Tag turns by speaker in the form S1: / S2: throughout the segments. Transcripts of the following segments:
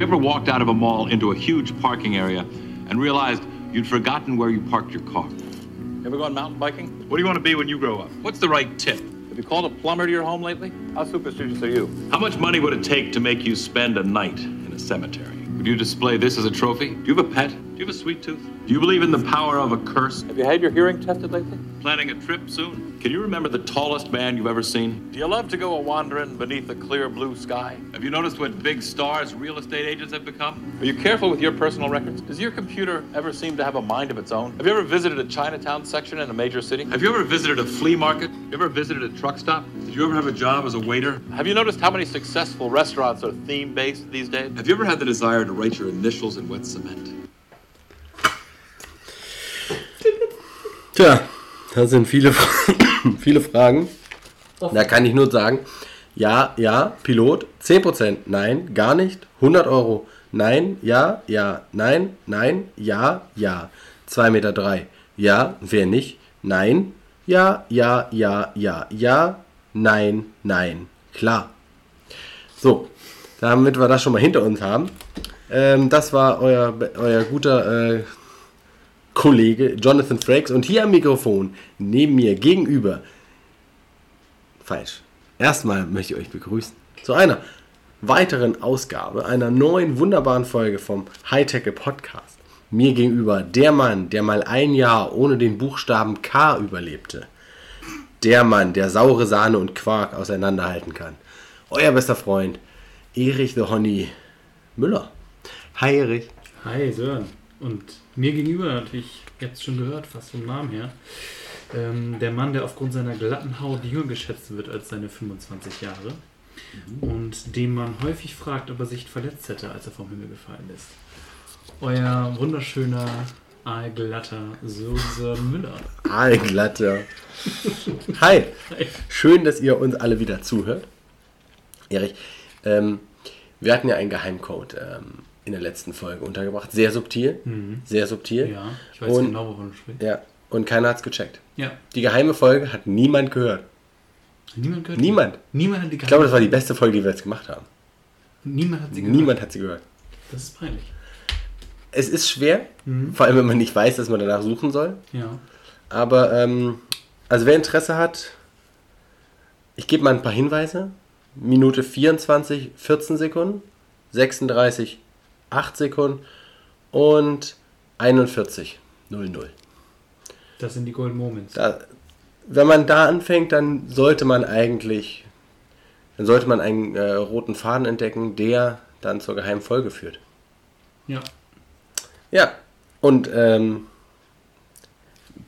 S1: ever walked out of a mall into a huge parking area and realized you'd forgotten where you parked your car? Ever gone mountain biking?
S2: What do you want to be when you grow up?
S1: What's the right tip? Have you called a plumber to your home lately?
S2: How superstitious are you?
S1: How much money would it take to make you spend a night in a cemetery? Would you display this as a trophy? Do you have a pet? Do you have a sweet tooth? Do you believe in the power of a curse?
S2: Have you had your hearing tested lately?
S1: Planning a trip soon? Can you remember the tallest man you've ever seen?
S2: Do you love to go a wandering beneath a clear blue sky?
S1: Have you noticed what big stars real estate agents have become?
S2: Are you careful with your personal records? Does your computer ever seem to have a mind of its own? Have you ever visited a Chinatown section in a major city?
S1: Have you ever visited a flea market? You ever visited a truck stop? Did you ever have a job as a waiter?
S2: Have you noticed how many successful restaurants are theme based these days?
S1: Have you ever had the desire to write your initials in wet cement?
S3: Tja, das sind viele, viele Fragen. Da kann ich nur sagen, ja, ja, Pilot, 10%, nein, gar nicht, 100 Euro, nein, ja, ja, nein, nein, ja, ja, 2,3 Meter, drei. ja, wer nicht, nein, ja, ja, ja, ja, ja, nein, nein, klar. So, damit wir das schon mal hinter uns haben, ähm, das war euer, euer guter äh, Kollege Jonathan Frakes und hier am Mikrofon neben mir gegenüber. Falsch. Erstmal möchte ich euch begrüßen zu einer weiteren Ausgabe einer neuen wunderbaren Folge vom Hightech Podcast. Mir gegenüber der Mann, der mal ein Jahr ohne den Buchstaben K überlebte. Der Mann, der saure Sahne und Quark auseinanderhalten kann. Euer bester Freund, Erich the Honey Müller. Hi Erich.
S4: Hi Sören. Und mir gegenüber natürlich, ihr habt es schon gehört, fast vom Namen her, ähm, der Mann, der aufgrund seiner glatten Haut jünger geschätzt wird als seine 25 Jahre
S3: Mhm.
S4: und den man häufig fragt, ob er sich verletzt hätte, als er vom Himmel gefallen ist. Euer wunderschöner, aalglatter Sören Müller.
S3: Aalglatter. Hi. Schön, dass ihr uns alle wieder zuhört. Erich, ähm, wir hatten ja einen Geheimcode ähm, in der letzten Folge untergebracht. Sehr subtil. Sehr subtil.
S4: Mhm. Ja, ich weiß
S3: und,
S4: genau, wovon du sprichst.
S3: Ja, und keiner hat's gecheckt.
S4: Ja,
S3: Die geheime Folge hat niemand gehört.
S4: niemand gehört.
S3: Niemand.
S4: Niemand hat die
S3: Ich glaube, das war die beste Folge, die wir jetzt gemacht haben.
S4: Niemand hat sie gehört.
S3: Niemand hat sie gehört.
S4: Das ist peinlich.
S3: Es ist schwer,
S4: Mhm.
S3: vor allem wenn man nicht weiß, dass man danach suchen soll.
S4: Ja.
S3: Aber, ähm, also wer Interesse hat, ich gebe mal ein paar Hinweise. Minute 24, 14 Sekunden, 36, 8 Sekunden und 41, 00.
S4: Das sind die Golden Moments.
S3: Da, wenn man da anfängt, dann sollte man eigentlich, dann sollte man einen äh, roten Faden entdecken, der dann zur geheimen Folge führt.
S4: Ja.
S3: Ja, und ähm,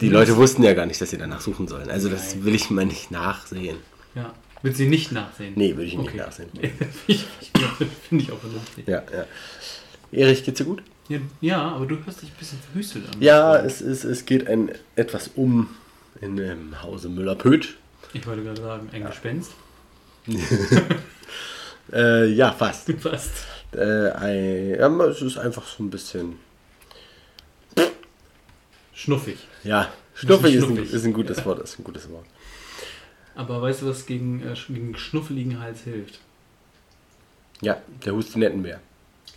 S3: die Leute wussten ja gar nicht, dass sie danach suchen sollen. Also das
S4: Nein.
S3: will ich mal nicht nachsehen.
S4: Ja. Willst du sie nicht nachsehen?
S3: Nee, will ich nicht nachsehen.
S4: Ich- ich- Finde ich auch vernünftig.
S3: Ja, ja. Erich, geht's dir gut?
S4: Ja, ja, aber du hörst dich ein bisschen verhüstelt an.
S3: Ja, es, es, es geht ein, etwas um in dem Hause Müller-Pöth.
S4: Ich wollte gerade sagen, ein Gespenst.
S3: Äh, ja, fast.
S4: Fast.
S3: Äh, ein, ja, es ist einfach so ein bisschen
S4: Schnuffig.
S3: Ja, schnuffig, ist, ein,
S4: schnuffig.
S3: ist ein gutes Wort, ist ein gutes Wort.
S4: Aber weißt du, was gegen, äh, gegen schnuffeligen Hals hilft?
S3: Ja, der Hustinettenbär.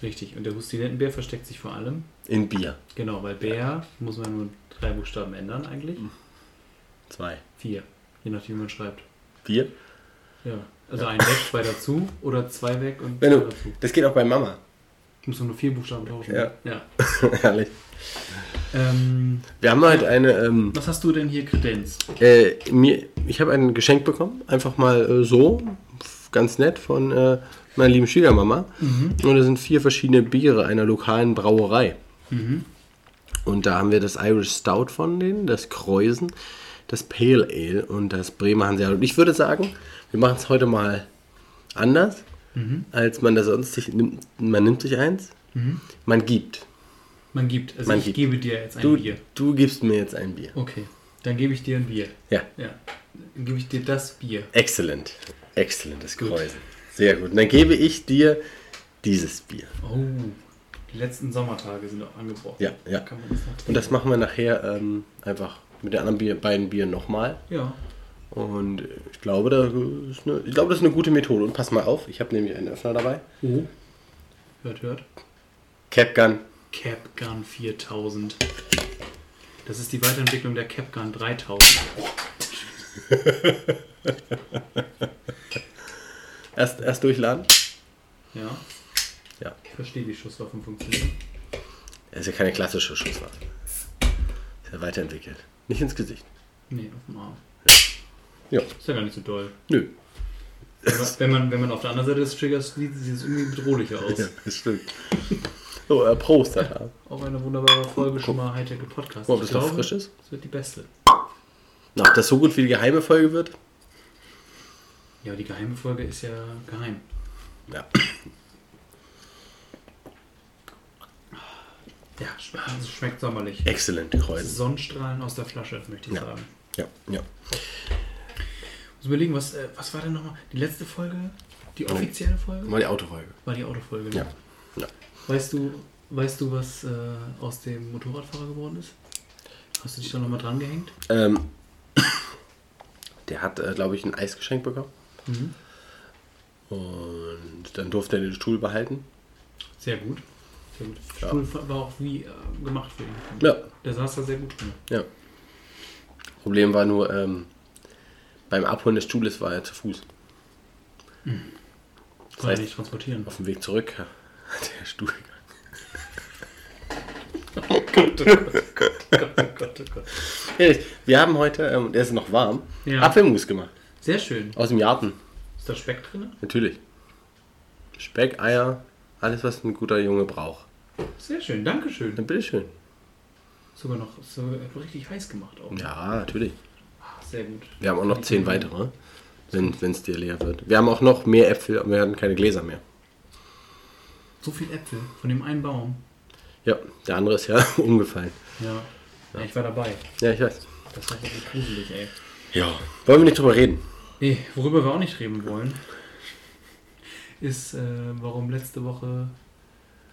S4: Richtig. Und der Hustinettenbär versteckt sich vor allem.
S3: In Bier.
S4: Genau, weil Bär muss man nur drei Buchstaben ändern eigentlich.
S3: Mhm. Zwei.
S4: Vier. Je nachdem, wie man schreibt.
S3: Bier?
S4: Ja. Also ein weg, zwei dazu oder zwei weg und
S3: Wenn
S4: zwei
S3: du,
S4: dazu.
S3: das geht auch bei Mama.
S4: Muss man nur vier Buchstaben tauschen.
S3: Ja.
S4: ja.
S3: Herrlich.
S4: Ähm,
S3: Wir haben heute eine, ähm,
S4: was hast du denn hier kredenzt?
S3: äh, mir, ich habe ein Geschenk bekommen, einfach mal äh, so, ganz nett, von äh, meiner lieben Schwiegermama.
S4: Mhm.
S3: Und da sind vier verschiedene Biere einer lokalen Brauerei.
S4: Mhm.
S3: Und da haben wir das Irish Stout von denen, das Kreuzen, das Pale Ale und das Bremer Hanseat. Und ich würde sagen, wir machen es heute mal anders,
S4: Mhm.
S3: als man das sonst sich nimmt. Man nimmt sich eins, man gibt.
S4: Man gibt. Also
S3: Man
S4: ich
S3: gibt.
S4: gebe dir jetzt ein
S3: Du,
S4: Bier.
S3: du gibst mir jetzt ein Bier.
S4: Okay. Dann gebe ich dir ein Bier.
S3: Ja,
S4: Ja. Dann gebe ich dir das Bier.
S3: excellent. Excellent, das
S4: Gut.
S3: Kreuzen. Sehr gut. Und dann gebe ich dir dieses Bier.
S4: Oh, die letzten Sommertage sind auch angebrochen.
S3: Ja, ja.
S4: Kann man das noch
S3: Und das machen wir nachher ähm, einfach mit den anderen Bier, beiden Bieren nochmal.
S4: Ja.
S3: Und ich glaube, das ist eine, ich glaube, das ist eine gute Methode. Und pass mal auf, ich habe nämlich einen Öffner dabei.
S4: Oh. Hört, hört.
S3: Capgun.
S4: Capgun 4000. Das ist die Weiterentwicklung der Capgun 3000.
S3: Erst, erst durchladen.
S4: Ja.
S3: Ja.
S4: Ich verstehe, wie Schusswaffen funktionieren.
S3: Das ist ja keine klassische Schusswaffe. Ist ja weiterentwickelt. Nicht ins Gesicht.
S4: Nee, auf dem Arm.
S3: Ja.
S4: Ist ja gar nicht so doll.
S3: Nö.
S4: Wenn man, wenn man, wenn man auf der anderen Seite des Triggers sieht, sieht es irgendwie bedrohlicher aus.
S3: Ja, das stimmt. So, äh, Prost, Alter.
S4: Auch eine wunderbare Folge schon mal Hightech Podcast.
S3: Ob das noch frisch ist?
S4: Das wird die beste.
S3: Na, ob das so gut wie die geheime Folge wird?
S4: Ja, die geheime Folge ist ja geheim.
S3: Ja.
S4: Ja, sch- also schmeckt sommerlich.
S3: Exzellent, Kreuz.
S4: Sonnenstrahlen aus der Flasche, möchte ich
S3: Ja.
S4: sagen.
S3: Ja, ja.
S4: Muss überlegen, was, äh, was war denn nochmal? Die letzte Folge? Die offizielle Folge?
S3: Mal die Autofolge.
S4: War die Autofolge. ne?
S3: Oh. Ja. ja.
S4: Weißt du, weißt du, was äh, aus dem Motorradfahrer geworden ist? Hast du dich da nochmal dran gehängt?
S3: Ähm, der hat, äh, glaube ich, ein Eisgeschenk bekommen.
S4: Mhm.
S3: Und dann durfte er den Stuhl behalten.
S4: Sehr gut. Sehr gut.
S3: Ja.
S4: Stuhl war auch wie äh, gemacht für ihn.
S3: Ja,
S4: Der saß da sehr gut drin.
S3: ja. Problem war nur, ähm, beim Abholen des Stuhles war er zu Fuß.
S4: Kann er
S3: heißt- Oh
S4: nicht transportieren.
S3: Auf dem Weg zurück hat der Stuhl. oh Ehrlich, wir haben heute, ähm, der ist noch warm,
S4: Ja.
S3: Apfelmus gemacht.
S4: Sehr schön.
S3: Aus dem Garten,
S4: Ist da Speck drin?
S3: natürlich. Speck, Eier, alles, was ein guter Junge braucht.
S4: Sehr schön, Dankeschön.
S3: Dann bitteschön.
S4: Sogar noch so richtig heiß gemacht auch. Ah,
S3: Ja, natürlich.
S4: Sehr gut.
S3: Wir haben auch noch zehn weitere, wenn es dir leer wird. Wir haben auch noch mehr Äpfel, aber wir hatten keine Gläser mehr.
S4: So viel Äpfel von dem einen Baum.
S3: Ja, der andere ist ja umgefallen.
S4: Ja. ja. Ich war dabei.
S3: Ja, ich weiß.
S4: Das war wirklich gruselig, ey.
S3: Ja. Wollen wir nicht drüber reden?
S4: Nee, worüber wir auch nicht reden wollen, ist, äh, warum letzte Woche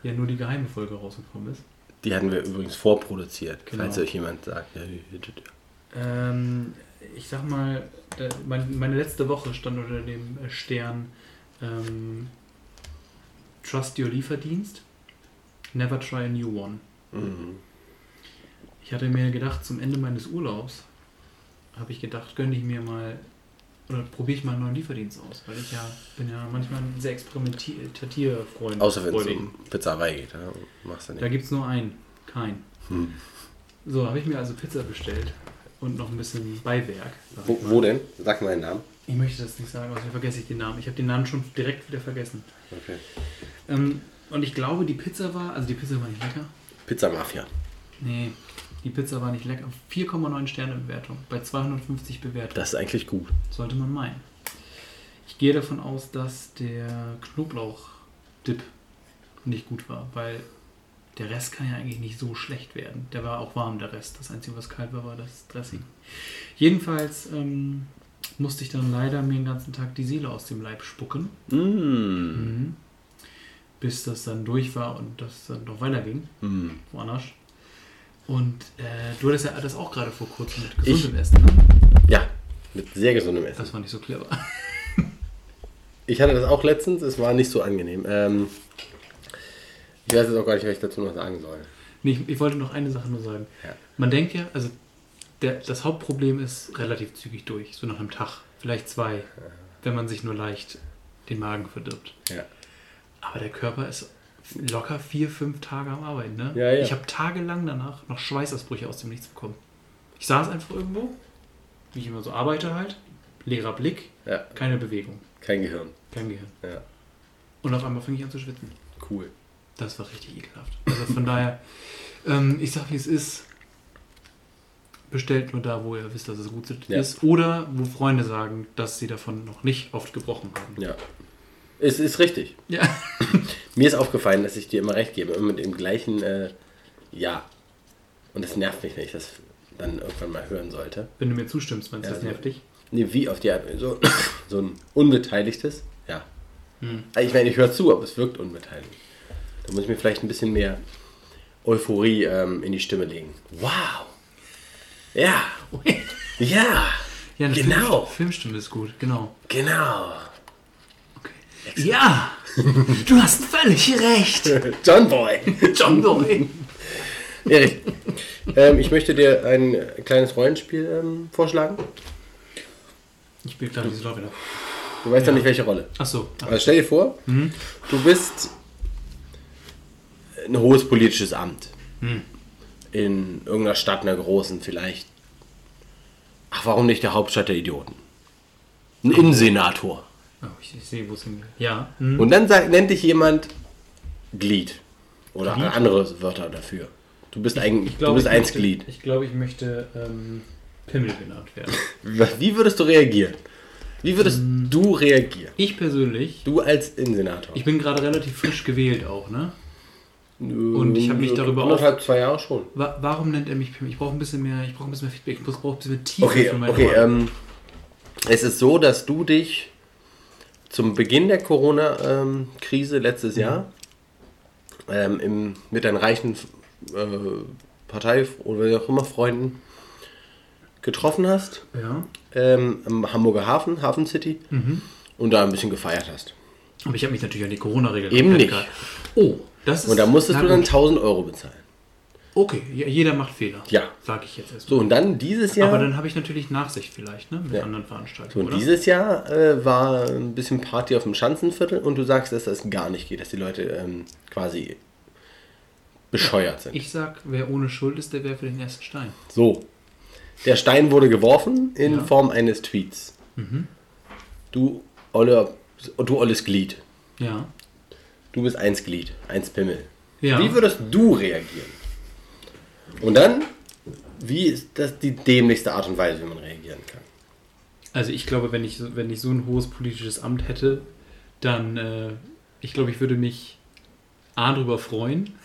S4: ja nur die geheime Folge rausgekommen ist.
S3: Die hatten wir übrigens vorproduziert,
S4: Genau.
S3: falls euch jemand sagt. Ja, ja, ja, ja.
S4: Ähm, ich sag mal, da- mein, meine letzte Woche stand unter dem Stern ähm, Trust Your Lieferdienst, Never Try a New One.
S3: Mhm.
S4: Ich hatte mir gedacht, zum Ende meines Urlaubs habe ich gedacht, gönne ich mir mal oder probiere ich mal einen neuen Lieferdienst aus, weil ich ja bin ja manchmal ein sehr experimentierfreund.
S3: Außer wenn es um Pizzerei geht. Ja? Machst du
S4: Da
S3: nicht.
S4: gibt es nur einen, kein.
S3: Hm.
S4: So, habe ich mir also Pizza bestellt und noch ein bisschen Beiwerk. sag ich
S3: Wo,
S4: mal.
S3: wo denn? Sag mal den Namen.
S4: Ich möchte das nicht sagen, außerdem vergesse ich den Namen. Ich habe den Namen schon direkt wieder vergessen.
S3: Okay.
S4: Ähm, und ich glaube, die Pizza war, also die Pizza war nicht lecker.
S3: Pizza Mafia.
S4: Nee, die Pizza war nicht lecker. 4,9 Sterne Bewertung bei 250 Bewertungen.
S3: Das ist eigentlich gut.
S4: Sollte man meinen. Ich gehe davon aus, dass der Knoblauch-Dip nicht gut war, weil der Rest kann ja eigentlich nicht so schlecht werden. Der war auch warm, der Rest. Das Einzige, was kalt war, war das Dressing. Jedenfalls ähm, musste ich dann leider mir den ganzen Tag die Seele aus dem Leib spucken, Mhm.
S3: Mm.
S4: bis das dann durch war und das dann noch weiterging.
S3: Mm.
S4: Woanders. Und äh, du hattest ja das auch gerade vor kurzem mit
S3: Ich-
S4: gesundem Essen. Ne?
S3: Ja, mit sehr gesundem Essen.
S4: Das war nicht so clever.
S3: Ich hatte das auch letztens, es war nicht so angenehm. Ähm, ich weiß jetzt auch gar nicht, was ich dazu noch sagen soll.
S4: Nee, ich, ich wollte noch eine Sache nur sagen.
S3: Ja.
S4: Man denkt ja, also der, das Hauptproblem ist relativ zügig durch, so nach einem Tag, vielleicht zwei, wenn man sich nur leicht den Magen verdirbt.
S3: Ja.
S4: Aber der Körper ist locker vier, fünf Tage am Arbeiten. Ne?
S3: Ja, ja.
S4: Ich habe tagelang danach noch Schweißausbrüche aus dem Nichts bekommen. Ich saß einfach irgendwo, wie ich immer so arbeite halt, leerer Blick,
S3: ja,
S4: keine Bewegung,
S3: kein Gehirn.
S4: kein Gehirn.
S3: Ja,
S4: Und auf einmal fing ich an zu schwitzen.
S3: cool.
S4: Das war richtig ekelhaft. Also von daher, ähm, ich sag wie es ist. Bestellt nur da, wo ihr wisst, dass es gut
S3: Ja.
S4: ist. Oder wo Freunde sagen, dass sie davon noch nicht oft gebrochen haben.
S3: Ja. Es ist richtig.
S4: Ja.
S3: Mir ist aufgefallen, dass ich dir immer recht gebe, immer mit dem gleichen äh, Ja. Und das nervt mich, wenn ich das dann irgendwann mal hören sollte.
S4: Wenn du mir zustimmst, meinst du
S3: Ja,
S4: das
S3: so.
S4: nervt dich?
S3: Nee, wie auf die Art, so, so ein unbeteiligtes, ja. Also Ich meine, ich höre zu, aber es wirkt unbeteiligt. Da muss ich mir vielleicht ein bisschen mehr Euphorie ähm, in die Stimme legen. Wow! Ja! Ja!
S4: Ja, eine
S3: Genau.
S4: Film, Filmstimme ist gut, genau.
S3: Genau!
S4: Okay. Ja!
S5: Du hast völlig recht,
S3: John Boy.
S5: John Boy.
S3: Erich, ähm, ich möchte dir ein kleines Rollenspiel ähm, vorschlagen.
S4: Ich bin klar, diese Leute wieder.
S3: Du weißt ja nicht, welche Rolle.
S4: Achso. Ah,
S3: Also stell dir vor, du bist ein hohes politisches Amt.
S4: Mhm.
S3: In irgendeiner Stadt, einer großen vielleicht. Ach, warum nicht der Hauptstadt der Idioten? Ein
S4: Hm.
S3: Innensenator.
S4: oh, ich, ich sehe, wo es hingeht. Ja. Hm.
S3: Und dann sagt, nennt dich jemand Glied. Oder andere Wörter dafür. Du bist eigentlich,
S4: Ich glaub,
S3: du bist
S4: ich
S3: eins
S4: möchte,
S3: Glied.
S4: Ich glaube, ich möchte ähm, Pimmel genannt werden.
S3: Wie würdest du reagieren? Wie würdest du reagieren?
S4: Ich persönlich,
S3: Du als Innensenator.
S4: Mm. ich bin gerade relativ frisch gewählt auch, ne? Und ich habe mich darüber auch.
S3: Anderthalb, zwei Jahre schon.
S4: Wa warum nennt er mich Pimmel? Ich brauche ein bisschen mehr, ich brauche ein bisschen mehr Feedback, ich brauche ein bisschen mehr Tiefe
S3: Okay,
S4: für meine
S3: okay.
S4: Rolle.
S3: Ähm, es ist so, dass du dich zum Beginn der Corona-Krise letztes
S4: Mhm.
S3: Jahr ähm, im, mit deinen reichen äh, Partei- oder wie auch immer Freunden getroffen hast
S4: Ja.
S3: ähm, im Hamburger Hafen, Hafen City
S4: Mhm.
S3: und da ein bisschen gefeiert hast.
S4: Aber ich habe mich natürlich an die Corona-Regeln
S3: Eben nicht.
S4: komplett gehalten. Oh, das ist.
S3: Und da musstest
S4: na
S3: du dann
S4: gut.
S3: 1000 Euro bezahlen.
S4: Okay, ja, jeder macht Fehler.
S3: Ja.
S4: Sag ich jetzt erstmal.
S3: So, und dann dieses Jahr.
S4: Aber dann habe ich natürlich Nachsicht vielleicht, ne? Mit
S3: Ja.
S4: anderen Veranstaltungen.
S3: So, und
S4: oder?
S3: dieses Jahr äh, war ein bisschen Party auf dem Schanzenviertel und du sagst, dass das gar nicht geht, dass die Leute ähm, quasi bescheuert sind.
S4: ich sag, wer ohne Schuld ist, der wäre für den ersten Stein.
S3: So, der Stein wurde geworfen in
S4: Ja. Mhm.
S3: Form eines Tweets. Du, olle, du olles Glied.
S4: Ja.
S3: Du bist eins Glied, eins Pimmel.
S4: Ja.
S3: Wie würdest du reagieren? Und dann, wie ist das die dämlichste Art und Weise, wie man reagieren kann?
S4: Also ich glaube, wenn ich, so- wenn ich so ein hohes politisches Amt hätte, dann, äh, ich glaube, ich würde mich A darüber freuen.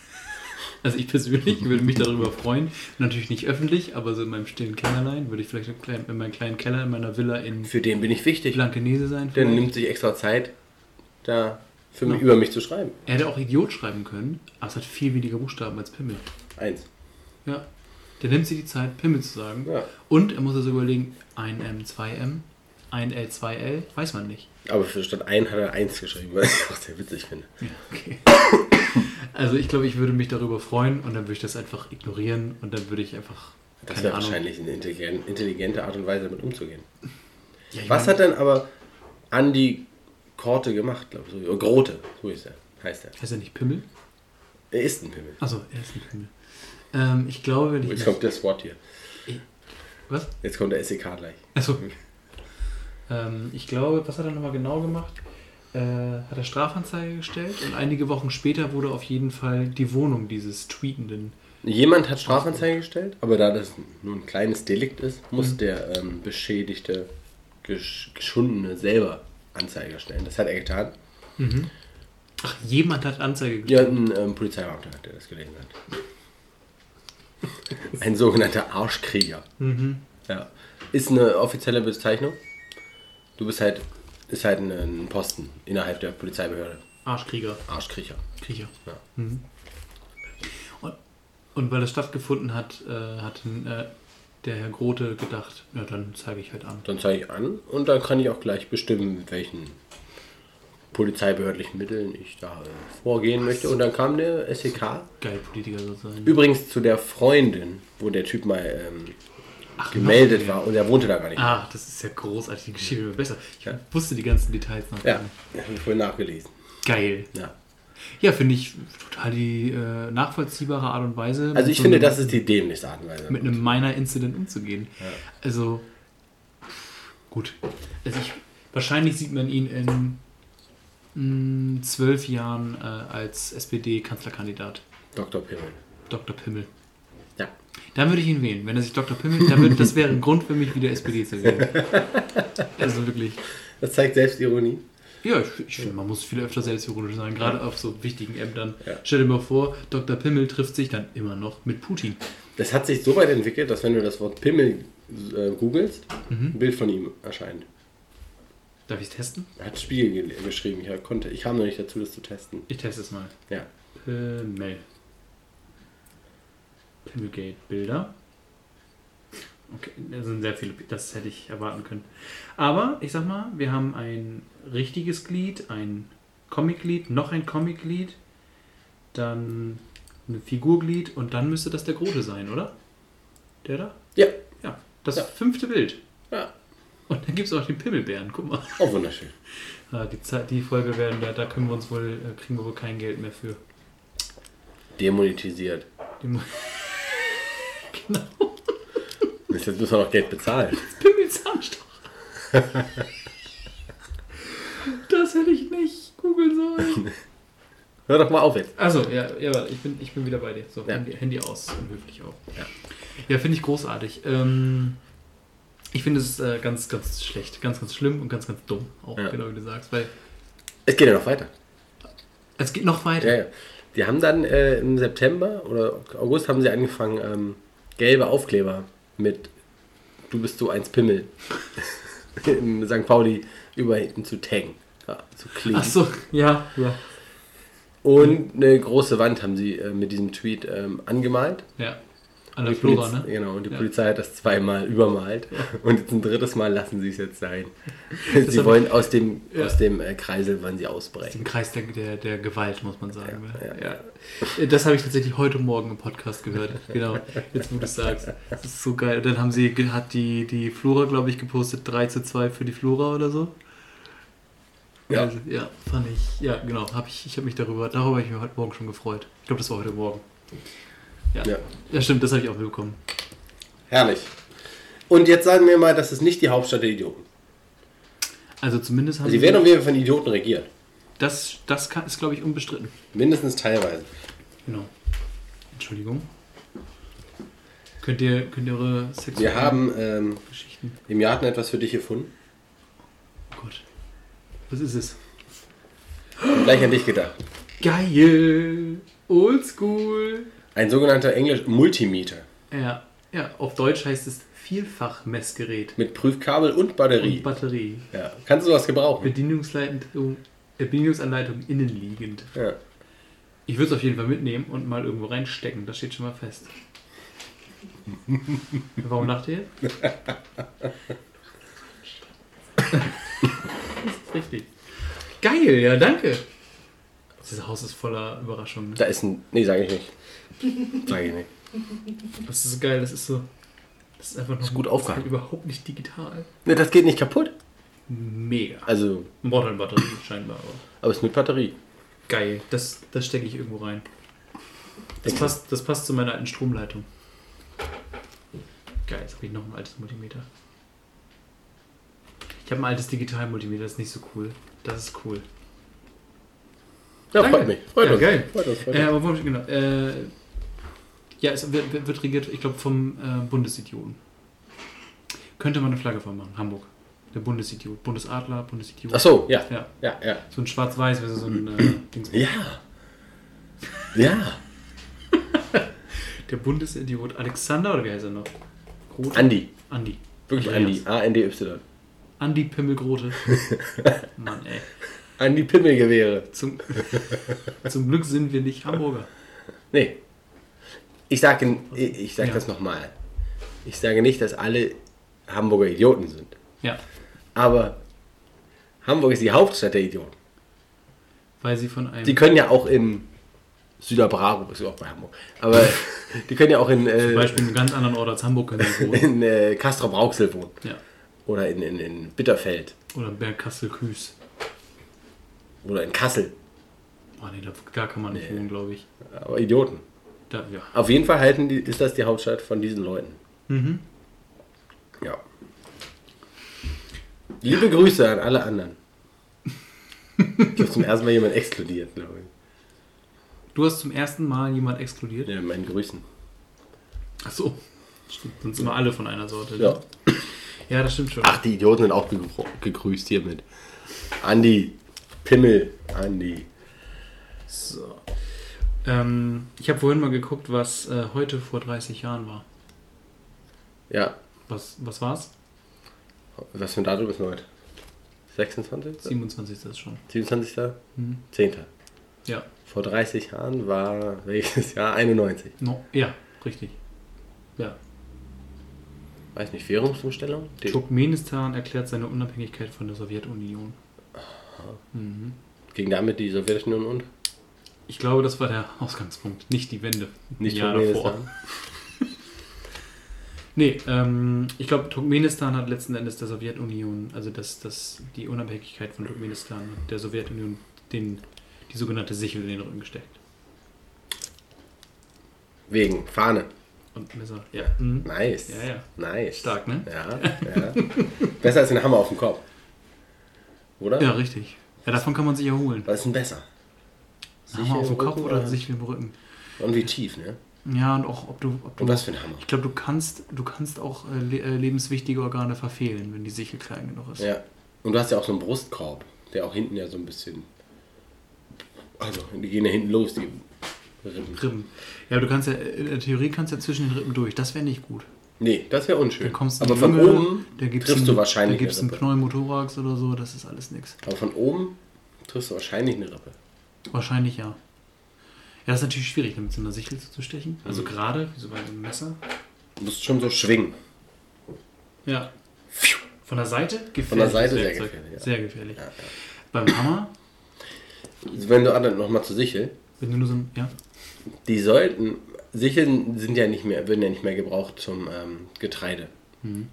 S4: Also ich persönlich würde mich darüber freuen. Natürlich nicht öffentlich, aber so in meinem stillen Kellerlein würde ich vielleicht im kleinen- in meinem kleinen Keller, in meiner Villa in
S3: Für den bin ich wichtig.
S4: Blankenese sein.
S3: Der
S4: vielleicht.
S3: nimmt sich extra Zeit, da für mich, über mich zu schreiben.
S4: Er hätte auch Idiot schreiben können, aber es hat viel weniger Buchstaben als Pimmel.
S3: Eins.
S4: Ja. Der nimmt sich die Zeit, Pimmel zu sagen.
S3: Ja.
S4: Und er muss also überlegen, ein M, zwei M, ein L, zwei L, weiß man nicht.
S3: Aber für statt ein hat er eins geschrieben, was ich auch sehr witzig finde.
S4: Okay. Also ich glaube, ich würde mich darüber freuen und dann würde ich das einfach ignorieren und dann würde ich einfach.
S3: Das
S4: keine
S3: wäre
S4: Ahnung.
S3: wahrscheinlich eine intelligen- intelligente Art und Weise, damit umzugehen.
S4: Ja, ich
S3: Was hat
S4: meine,
S3: dann aber Andy Korte gemacht, glaube ich? so? Oder Grote, so ist er. Heißt er.
S4: Heißt er nicht Pimmel?
S3: Er ist ein Pimmel.
S4: Achso, er ist ein Pimmel. Ähm, ich glaube, wenn ich.
S3: Jetzt kommt der SWAT hier.
S4: was?
S3: Jetzt kommt der SEK gleich.
S4: Achso. Ähm, ich glaube, was hat er nochmal genau gemacht? Äh, hat er Strafanzeige gestellt und einige Wochen später wurde auf jeden Fall die Wohnung dieses Tweetenden.
S3: Jemand hat Strafanzeige gestellt, aber da das nur ein kleines Delikt ist, muss
S4: Mhm.
S3: der ähm, beschädigte, gesch geschundene selber Anzeige stellen. Das hat er getan.
S4: Ach, jemand hat Anzeige gestellt.
S3: Ja, ein ähm, Polizeibeamter hat der das gelesen hat. Ein sogenannter Arschkrieger. Ja. Ist eine offizielle Bezeichnung. Du bist halt, ist halt ein, ein Posten innerhalb der Polizeibehörde.
S4: Arschkrieger.
S3: Arschkriecher.
S4: Kriecher.
S3: Ja.
S4: Mhm. Und, und weil das stattgefunden hat, äh, hat äh, der Herr Grote gedacht, ja, dann zeige ich halt an.
S3: Dann zeige ich an und dann kann ich auch gleich bestimmen, mit welchen polizeibehördlichen Mitteln ich da äh, vorgehen möchte. Und dann kam der SEK.
S4: Geil, Politiker sozusagen.
S3: Übrigens zu der Freundin, wo der Typ mal ähm,
S4: Ach,
S3: gemeldet
S4: noch mehr.
S3: war und er wohnte da gar nicht.
S4: Genau. Ah, das ist ja großartig. Die Geschichte wird besser. Ich wusste die ganzen Details noch.
S3: Ja,
S4: gar nicht.
S3: habe ich vorhin nachgelesen.
S4: Geil.
S3: Ja.
S4: Ja, finde ich total die äh, nachvollziehbare Art und Weise.
S3: Also
S4: mit
S3: ich
S4: so
S3: finde,
S4: einem-
S3: das ist die dämlichste Art und Weise.
S4: mit einem Minor-Incident umzugehen. Also, gut. Also ich, wahrscheinlich sieht man ihn in mm, zwölf Jahren äh, als SPD-Kanzlerkandidat,
S3: Dr. Pimmel.
S4: Dr. Pimmel.
S3: Ja.
S4: Dann würde ich ihn wählen. Wenn er sich Dr. Pimmel, dann würde, das wäre ein Grund für mich, wieder SPD zu wählen. Also wirklich.
S3: Das zeigt Selbstironie.
S4: Ja, ich, ich finde, man muss viel öfter selbstironisch sein, gerade auf so wichtigen Ämtern.
S3: Ja.
S4: Stell dir mal vor, Dr. Pimmel trifft sich dann immer noch mit Putin.
S3: Das hat sich so weit entwickelt, dass wenn du das Wort Pimmel äh, googelst,
S4: Mhm.
S3: ein Bild von ihm erscheint.
S4: Darf ich es testen?
S3: Er hat Spiegel ge geschrieben. Ich konnte, ich kam noch nicht dazu, das zu testen.
S4: Ich teste es mal.
S3: Ja.
S4: Pimmel. Pimmelgate-Bilder. Okay, das sind sehr viele, das hätte ich erwarten können. Aber ich sag mal, wir haben ein richtiges Glied, ein Comicglied, noch ein Comicglied, dann ein Figurglied und dann müsste das der Grote sein, oder? Der da?
S3: Ja.
S4: Ja, das
S3: Ja.
S4: fünfte Bild.
S3: Ja.
S4: Und dann gibt es auch den Pimmelbären, guck mal.
S3: Auch wunderschön.
S4: Ah, die, Zeit, die Folge werden, da, da können wir uns wohl, äh, kriegen wir wohl kein Geld mehr für.
S3: Demonetisiert.
S4: Die Mo- genau.
S3: Bis Jetzt müssen wir noch Geld bezahlen.
S4: Pimmelzahnstocher. das hätte ich nicht googeln sollen.
S3: Hör doch mal auf jetzt.
S4: Also, ja, ja warte, ich, bin, ich bin wieder bei dir. So,
S3: Ja.
S4: Handy, Handy aus und höflich auf. Ja, ja finde ich großartig. Ähm, ich finde es äh, ganz, ganz schlecht, ganz, ganz schlimm und ganz, ganz dumm. Auch
S3: Ja.
S4: genau wie du sagst, weil
S3: Es geht ja noch weiter.
S4: es geht noch weiter.
S3: Ja, ja. Die haben dann äh, im September oder August haben sie angefangen, ähm, gelbe Aufkleber mit Du bist so eins Pimmel in St. Pauli über hinten zu taggen. Ja, zu kleben.
S4: Ach so, ja, ja.
S3: Und eine große Wand haben sie äh, mit diesem Tweet ähm, angemalt.
S4: Ja. An der
S3: Die Poliz-
S4: Flora, ne?
S3: Genau, und die
S4: Ja.
S3: Polizei hat das zweimal übermalt. Und jetzt ein drittes Mal lassen sie es jetzt sein. sie
S4: hab
S3: wollen aus dem,
S4: Ja.
S3: aus dem äh, Kreisel, wann sie ausbrechen.
S4: Den Kreis der, der, der Gewalt, muss man sagen. Ja,
S3: Ja,
S4: ja, Das habe ich tatsächlich heute Morgen im Podcast gehört. Genau, jetzt wo du es sagst. Das ist so geil. Und dann haben sie, ge- hat die, die Flora, glaube ich, gepostet, 3 zu 2 für die Flora oder so.
S3: Ja.
S4: Also, ja, fand ich. Ja, genau. Hab ich ich habe mich darüber, darüber habe ich mich heute Morgen schon gefreut. Ich glaube, das war heute Morgen. Ja, ja.
S3: Ja.
S4: stimmt, das habe ich auch mitbekommen.
S3: Herrlich. Und jetzt sagen wir mal, das ist nicht die Hauptstadt der Idioten.
S4: Also zumindest haben
S3: Sie werden auf jeden Fall von Idioten regiert.
S4: das, das kann, ist, glaube ich, unbestritten.
S3: Mindestens teilweise.
S4: Genau. Entschuldigung. Könnt ihr, könnt ihr eure
S3: Wir
S4: sexuellen
S3: haben ähm,
S4: Geschichten.
S3: im Garten etwas für dich gefunden.
S4: Oh Gott. Was ist es?
S3: Und gleich an dich gedacht.
S4: Geil! Oldschool!
S3: Ein sogenannter Englisch Multimeter
S4: Ja, ja, auf Deutsch heißt es Vielfachmessgerät
S3: mit Prüfkabel und
S4: und
S3: Batterie.
S4: Batterie.
S3: ja. Kannst du sowas gebrauchen?
S4: Bedienungsleitung, äh, Bedienungsanleitung innenliegend.
S3: Ja.
S4: Ich würde es auf jeden Fall mitnehmen und mal irgendwo reinstecken, das steht schon mal fest. Warum lacht ihr? das ist richtig. Geil, ja, danke. Dieses Haus ist voller Überraschungen. ne?
S3: Da ist ein. Nee, sage ich nicht. Sage ich nicht.
S4: Das ist so geil, das ist so. Das ist einfach noch
S3: gut
S4: das
S3: aufgehangen.
S4: ist überhaupt nicht digital.
S3: Ne, das geht nicht kaputt.
S4: Mega.
S3: Also,
S4: Man braucht halt Batterie scheinbar, aber.
S3: aber es ist mit Batterie.
S4: Geil, das, das stecke ich irgendwo rein. Das passt, das passt zu meiner alten Stromleitung. Geil, jetzt habe ich noch ein altes Multimeter. Ich habe ein altes Digital-Multimeter, das ist nicht so cool. Das ist cool.
S3: Ja,
S4: Danke.
S3: freut mich. Freut
S4: Ja,
S3: uns.
S4: geil.
S3: Freut uns, freut
S4: Äh,
S3: uns.
S4: aber wo, genau, äh, ja, es wird, wird- wird regiert, ich glaube, vom äh, Bundesidioten. Könnte man eine Flagge von machen, Hamburg. Der Bundesidiot. Bundesadler, Bundesidiot.
S3: Ach so, Mhm. ja.
S4: Ja,
S3: Ja, ja.
S4: so ein schwarz-weiß, also so ein äh, Dings.
S3: Ja. Ja.
S4: Der Bundesidiot Alexander, oder wie heißt er noch? Grote?
S3: Andi.
S4: Andi.
S3: Wirklich
S4: Andreas.
S3: Andi. A-N-D-Y.
S4: Andi Pimmelgrote. Mann, ey.
S3: Andi Pimmelgewehre.
S4: Zum, zum Glück sind wir nicht Hamburger.
S3: Nee. Ich sage ich ich sag
S4: Ja.
S3: das nochmal. Ich sage nicht, dass alle Hamburger Idioten sind.
S4: Ja,
S3: Aber Hamburg ist die Hauptstadt der Idioten.
S4: weil sie von einem.
S3: Die können ja auch in Süderbravo, ist ja auch bei Hamburg. Aber die können ja auch in,
S4: zum
S3: äh,
S4: Beispiel in einem ganz anderen Ort als Hamburg können sie
S3: in
S4: wohnen.
S3: äh, Castrop-Rauxel wohnen.
S4: Ja.
S3: Oder in, in, in Bitterfeld.
S4: Oder Bergkassel-Küß.
S3: Oder in Kassel.
S4: Oh nee, da, da kann man nicht wohnen, glaube ich.
S3: Aber Idioten.
S4: Da, ja.
S3: Auf jeden Fall halten die, ist das die Hauptstadt von diesen Leuten. Mhm. Ja. Liebe Grüße an alle anderen. Ich habe zum ersten Mal jemanden exkludiert, glaube ich.
S4: Du hast zum ersten Mal jemand exkludiert?
S3: Ja, meinen Grüßen.
S4: Ach so. Stimmt, sind immer alle von einer Sorte. ne?
S3: Ja.
S4: ja das stimmt schon.
S3: Ach, die Idioten sind auch gegru- gegrüßt hiermit. Andi, Pimmel, Andi.
S4: So. Ähm, ich habe vorhin mal geguckt, was äh, heute vor 30 Jahren war.
S3: Ja,
S4: Was, was war's?
S3: was für ein Datum ist denn heute? 26?
S4: 27. ist schon.
S3: 27. 10.
S4: Ja.
S3: Vor 30 Jahren war welches Jahr? 91.
S4: No. Ja, richtig. Ja.
S3: Weiß nicht, Währungsumstellung? Die-
S4: Turkmenistan erklärt seine Unabhängigkeit von der Sowjetunion. Mhm.
S3: Ging damit die Sowjetunion und?
S4: Ich glaube, das war der Ausgangspunkt, nicht die Wende.
S3: Nicht
S4: Ja,
S3: Turkmenistan.
S4: Nee, ähm, ich glaube, Turkmenistan hat letzten Endes der Sowjetunion, also das, das, die Unabhängigkeit von Turkmenistan der Sowjetunion, den, die sogenannte Sichel in den Rücken gesteckt.
S3: Wegen Fahne.
S4: Und Messer, ja. Mhm.
S3: Nice.
S4: Ja, ja.
S3: Nice.
S4: Stark, ne?
S3: Ja, ja. Besser als den Hammer auf dem Kopf. Oder?
S4: Ja, richtig. Ja, davon kann man sich erholen.
S3: Was ist denn besser?
S4: Hammer auf
S3: im
S4: dem Kopf
S3: Rücken
S4: oder
S3: oder-
S4: Sichel im Rücken?
S3: Und wie tief, ne?
S4: Ja, und auch, ob du. Ob du
S3: Und was für ein Hammer.
S4: ich glaube, du kannst, du kannst auch äh, le äh, lebenswichtige Organe verfehlen, wenn die Sichel klein genug ist.
S3: Ja. Und du hast ja auch so einen Brustkorb, der auch hinten ja so ein bisschen. Also, die gehen ja hinten los, die Rippen.
S4: Rippen. Ja, du kannst ja, in der Theorie kannst du ja zwischen den Rippen durch. Das wäre nicht gut.
S3: Nee, das wäre unschön.
S4: Dann kommst du
S3: Aber
S4: in
S3: von
S4: Lunge,
S3: oben
S4: da gibt's
S3: triffst
S4: einen-
S3: du wahrscheinlich
S4: Da gibt es einen
S3: eine Rippe.
S4: Pneumothorax oder so, das ist alles nichts.
S3: Aber von oben triffst du wahrscheinlich eine Rippe.
S4: Wahrscheinlich ja. Ja, das ist natürlich schwierig, damit so einer Sichel zu stechen. Also gerade, wie so bei einem Messer.
S3: Du musst schon so schwingen.
S4: Ja. Von der Seite gefährlich.
S3: der Seite sehr gefährlich, ja.
S4: Sehr gefährlich. Beim Hammer,
S3: Also Wenn du an nochmal zur Sichel.
S4: wenn du nur so ein. Ja.
S3: Die sollten, Sicheln sind ja nicht mehr, werden ja nicht mehr gebraucht zum ähm, Getreide.
S4: Mhm.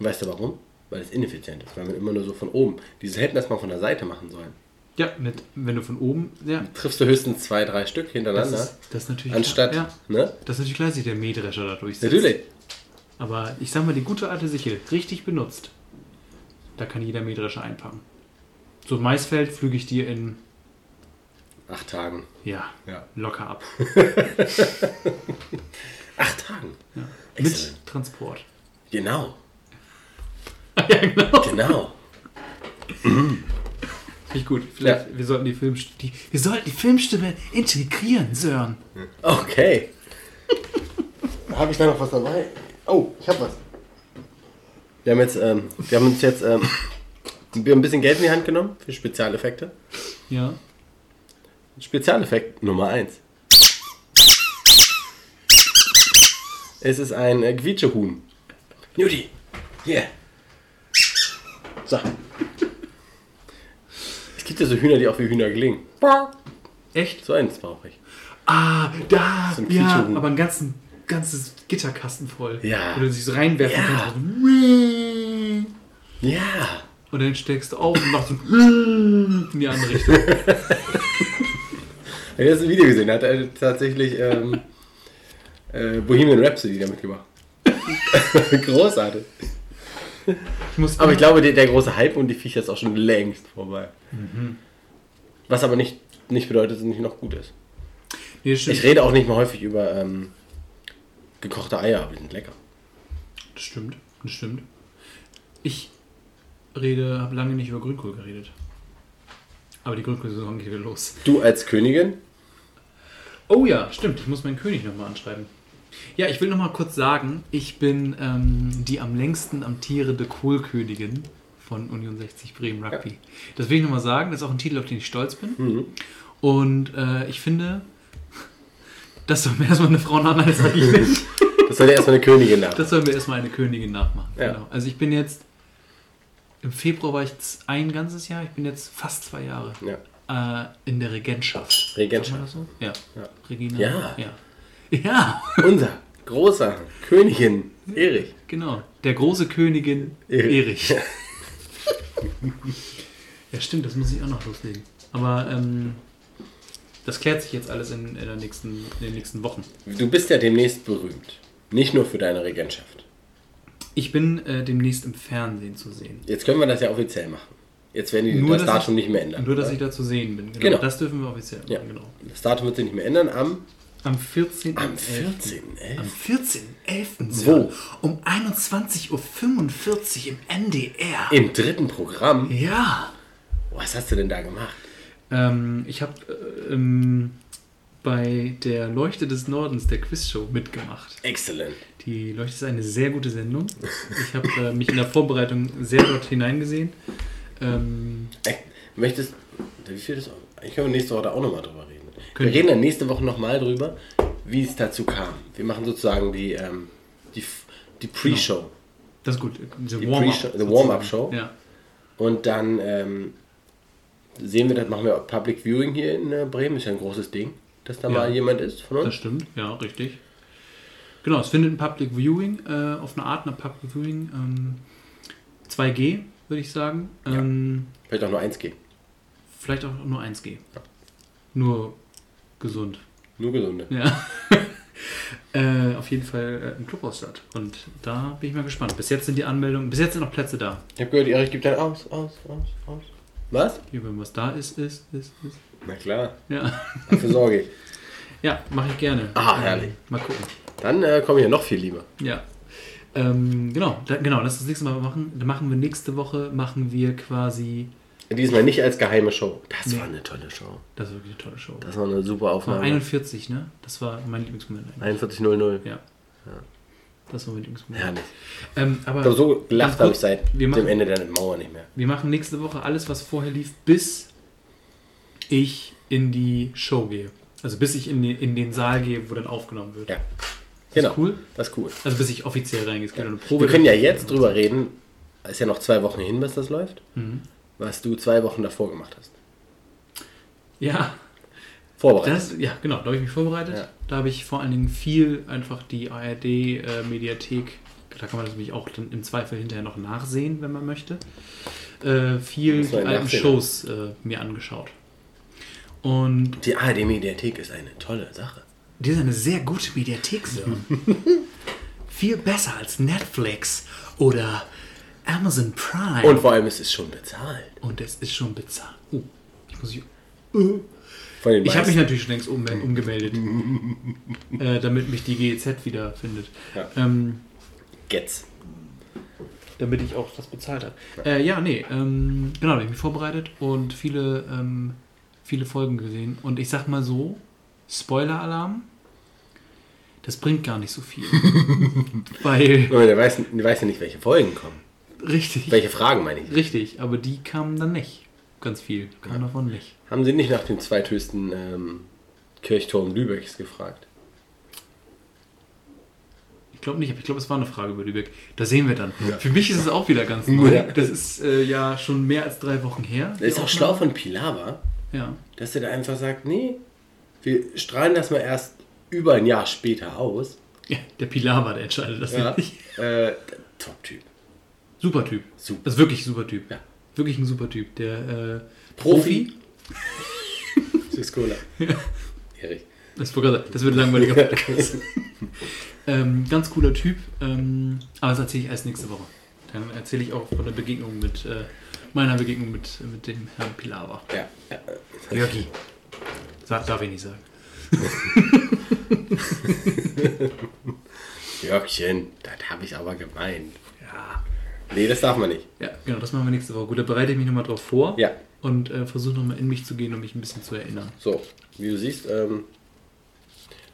S3: Und weißt du warum? Weil es ineffizient ist, weil man immer nur so von oben. Die hätten das mal von der Seite machen sollen.
S4: Ja, mit, wenn du von oben. Ja.
S3: Triffst du höchstens zwei, drei Stück
S4: Das
S3: hintereinander,
S4: ist, das ist natürlich.
S3: ne? anstatt,
S4: Ja.
S3: ne?
S4: Das ist natürlich klar, dass sich der Mähdrescher da durchsetzt.
S3: Natürlich.
S4: Aber ich sag mal, die gute alte Sichel, richtig benutzt, da kann jeder Mähdrescher einpacken. So Maisfeld flüge ich dir in,
S3: Acht Tagen.
S4: ja,
S3: Ja.
S4: locker ab.
S3: Acht Tagen.
S4: Mit
S3: Excellent.
S4: Transport.
S3: Genau.
S4: ja, genau.
S3: Genau.
S4: Nicht gut. Vielleicht, wir sollten die Filmstimme, die, wir sollten die Filmstimme integrieren, Sören.
S3: Okay. habe ich da noch was dabei? Oh, ich habe was. Wir haben, jetzt, ähm, wir haben uns jetzt ähm, wir haben ein bisschen Geld in die Hand genommen für Spezialeffekte.
S4: Ja.
S3: Spezialeffekt Nummer 1. Es ist ein äh, Quietschehuhn. Judy, hier. So. Es gibt ja so Hühner, die auch wie Hühner klingen.
S4: Echt?
S3: So eins brauche ich.
S4: Ah, da.
S3: So ein
S4: ja,
S3: Quietschehuhn.
S4: aber ein ganzen, ganzes Gitterkasten voll.
S3: Ja.
S4: Wo du dich so reinwerfen
S3: Ja.
S4: kannst.
S3: Ja.
S4: Und dann steckst du auf und machst so in die andere Richtung.
S3: Wer das Video gesehen hat, hat tatsächlich ähm, äh, Bohemian Rhapsody damit gemacht. Großartig.
S4: Ich muss
S3: Aber ich glaube, der, der große Hype und die Viecher ist auch schon längst vorbei.
S4: Mhm.
S3: Was aber nicht, nicht bedeutet, dass es nicht noch gut ist.
S4: Nee, stimmt.
S3: Ich rede auch nicht mehr häufig über ähm, gekochte Eier, aber die sind lecker.
S4: Das stimmt, das stimmt. Ich rede, habe lange nicht über Grünkohl geredet. Aber die Grünkohl-Saison geht wieder los.
S3: Du als Königin?
S4: Oh ja, stimmt. Ich muss meinen König nochmal anschreiben. Ja, ich will nochmal kurz sagen, ich bin ähm, die am längsten amtierende Kohlkönigin von Union 60 Bremen Rugby. Das will ich nochmal sagen. Das ist auch ein Titel, auf den ich stolz bin. Und äh, ich finde, das soll mir erstmal eine Frau nachmachen, das sag ich nicht.
S3: Das soll ja erstmal eine Königin nach.
S4: Das sollen wir erstmal eine Königin nachmachen.
S3: Ja.
S4: Genau. Also ich bin jetzt, im Februar war ich z- ein ganzes Jahr, ich bin jetzt fast zwei Jahre
S3: ja.
S4: äh, in der Regentschaft. Sagt man
S3: Regentschaft.
S4: das so? Ja.
S3: Ja.
S4: Regina.
S3: Ja.
S4: ja. Ja,
S3: Unser großer Königin, Erich.
S4: genau. Der große Königin
S3: Erich.
S4: Erich. ja, stimmt, das muss ich auch noch loslegen. Aber ähm, das klärt sich jetzt alles in, in, der nächsten, in den nächsten Wochen.
S3: Du bist ja demnächst berühmt. Nicht nur für deine Regentschaft.
S4: Ich bin äh, demnächst im Fernsehen zu sehen.
S3: Jetzt können wir das ja offiziell machen. Jetzt werden die
S4: Nur,
S3: das
S4: dass
S3: Datum
S4: ich-
S3: nicht mehr ändern.
S4: Nur, dass
S3: oder?
S4: ich da zu sehen bin. Genau.
S3: Genau.
S4: Das dürfen wir offiziell machen.
S3: Ja.
S4: Genau.
S3: das Datum wird sich nicht mehr ändern am,
S4: Am 14.
S3: am 14. ey.
S5: Am 14.11.
S3: Wo?
S5: um 21.45 Uhr im NDR.
S3: Im dritten Programm. Oh,
S5: Ja.
S3: Was hast du denn da gemacht?
S4: Ähm, ich habe äh, ähm, bei der Leuchte des Nordens, der Quizshow, mitgemacht.
S3: Excellent.
S4: Die Leuchte ist eine sehr gute Sendung. Ich habe äh, mich in der Vorbereitung sehr dort hineingesehen. Ähm,
S3: Ey, Möchtest. Wie viel das? Eigentlich können wir nächste Woche da auch nochmal drüber reden.
S4: Können
S3: wir reden dann nächste Woche nochmal drüber, wie es dazu kam. Wir machen sozusagen die, ähm, die, F- die
S4: Genau.
S3: Pre-Show.
S4: das ist gut. Diese
S3: Die
S4: Warm-up
S3: Pre-Show- the
S4: sozusagen.
S3: Warm-up-Show.
S4: Ja.
S3: Und dann ähm, Sehen wir das, machen wir Public Viewing hier in äh, Bremen, ist ja ein großes Ding, dass da
S4: Ja.
S3: mal jemand ist von
S4: Das
S3: uns.
S4: stimmt, ja, richtig. Genau, es findet ein Public Viewing, äh, auf eine Art eine Public Viewing, ähm, 2G, würde ich sagen. Ähm,
S3: Vielleicht auch nur 1G.
S4: Vielleicht auch nur 1G. Nur gesund.
S3: Nur gesunde.
S4: Ja. äh, auf jeden Fall äh, im Clubhaus statt. Und da bin ich mal gespannt. Bis jetzt sind die Anmeldungen, bis jetzt sind noch Plätze da.
S3: Ich habe gehört, Erich gibt dann aus, aus, aus, aus. Was?
S4: Hier, wenn was da ist, ist, ist, ist.
S3: Na klar,
S4: Ja,
S3: dafür sorge ich.
S4: ja mache ich gerne. Ähm,
S3: Ah, herrlich.
S4: Mal gucken.
S3: Dann äh, komme ich ja noch viel lieber.
S4: Ja. Ähm, genau, da, genau, lass uns das nächste Mal machen. Dann machen wir nächste Woche, machen wir quasi.
S3: Diesmal nicht als geheime Show. Das war eine tolle Show.
S4: Das ist wirklich eine tolle Show.
S3: Das war eine super
S4: Das war
S3: Aufnahme.
S4: 41, ne? Das war mein Lieblingsmoment eigentlich.
S3: 41.00.
S4: Ja. Das war mein Lieblingsmoment.
S3: Herrlich.
S4: Ähm, aber
S3: Ich glaube, so gelacht
S4: Ganz
S3: habe
S4: kurz,
S3: ich seit
S4: wir machen-
S3: dem Ende der Mauer nicht mehr.
S4: wir machen nächste Woche alles, was vorher lief, bis ich in die Show gehe. Also bis ich in den, in den Saal gehe, wo dann aufgenommen wird.
S3: Ja.
S4: Ist
S3: Genau.
S4: Das cool.
S3: Das ist cool.
S4: Also bis ich offiziell reingehe. Es gibt eine Probe.
S3: Wir können ja jetzt drüber reden. Ist ja noch zwei Wochen hin, bis das läuft.
S4: Mhm.
S3: Was du zwei Wochen davor gemacht hast.
S4: Ja,
S3: Vorbereitet.
S4: das, ja genau. Da habe ich mich vorbereitet.
S3: Ja.
S4: Da habe ich vor allen Dingen viel einfach die ARD-Mediathek. äh, da kann man das nämlich auch dann im Zweifel hinterher noch nachsehen, wenn man möchte. Äh, viel
S3: Muss
S4: die
S3: man
S4: alten
S3: nachsehen,
S4: Shows äh, mir angeschaut. Und
S3: Die ARD-Mediathek ist eine tolle Sache.
S5: Die ist eine sehr gute Mediathek, Sir. Viel besser als Netflix oder Amazon Prime.
S3: Und vor allem, es ist schon bezahlt.
S4: Und es ist schon bezahlt. Oh, ich muss mich.
S3: Von den
S4: Ich habe mich
S3: meisten.
S4: natürlich schon längst um, umgemeldet, äh, damit mich die GEZ wieder findet.
S3: Ja.
S4: Ähm,
S3: Gets.
S4: damit ich auch das bezahlt habe. Äh, ja, nee, ähm, genau, da habe ich mich vorbereitet und viele, ähm, viele Folgen gesehen. Und ich sag mal so, Spoiler-Alarm, das bringt gar nicht so viel. Weil,
S3: Aber der weiß, der weiß ja nicht, welche Folgen kommen.
S4: richtig,
S3: Welche Fragen meine ich?
S4: richtig, aber die kamen dann nicht. Ganz viel, kam davon nicht.
S3: Haben Sie nicht nach dem zweithöchsten ähm, Kirchturm Lübecks gefragt?
S4: Ich glaube nicht, aber ich glaube, es war eine Frage über Lübeck. Da sehen wir dann. Für mich ist es auch wieder ganz neu.
S3: Ja.
S4: Das ist äh, ja schon mehr als drei Wochen her.
S3: Das ist auch schlau von Pilawa,
S4: Ja.
S3: dass er da einfach sagt, nee, wir strahlen das mal erst über ein Jahr später aus.
S4: ja. Der Pilar war der entscheidet das
S3: Ja.
S4: nicht.
S3: äh, Top-Typ.
S4: Super Typ.
S3: Super.
S4: Das ist wirklich ein super Typ.
S3: Ja.
S4: Wirklich ein super Typ. Der äh,
S3: Profi. Six Cola. Erich.
S4: Das, wollte ich gerade sagen, das wird ein langweiliger Podcast. ähm, ganz cooler Typ. Ähm, aber das erzähle ich erst nächste Woche. Dann erzähle ich auch von der Begegnung mit äh, meiner Begegnung mit, mit dem Herrn Pilawa.
S3: Ja.
S4: Jörgi. Sag, darf ich nicht sagen.
S3: Jörgchen, das habe ich aber gemeint.
S4: Ja.
S3: Nee, das darf man nicht.
S4: Ja, genau, das machen wir nächste Woche. Gut, da bereite ich mich nochmal drauf vor
S3: Ja,
S4: und äh, versuche nochmal in mich zu gehen, um mich ein bisschen zu erinnern.
S3: so. Wie du siehst, ähm,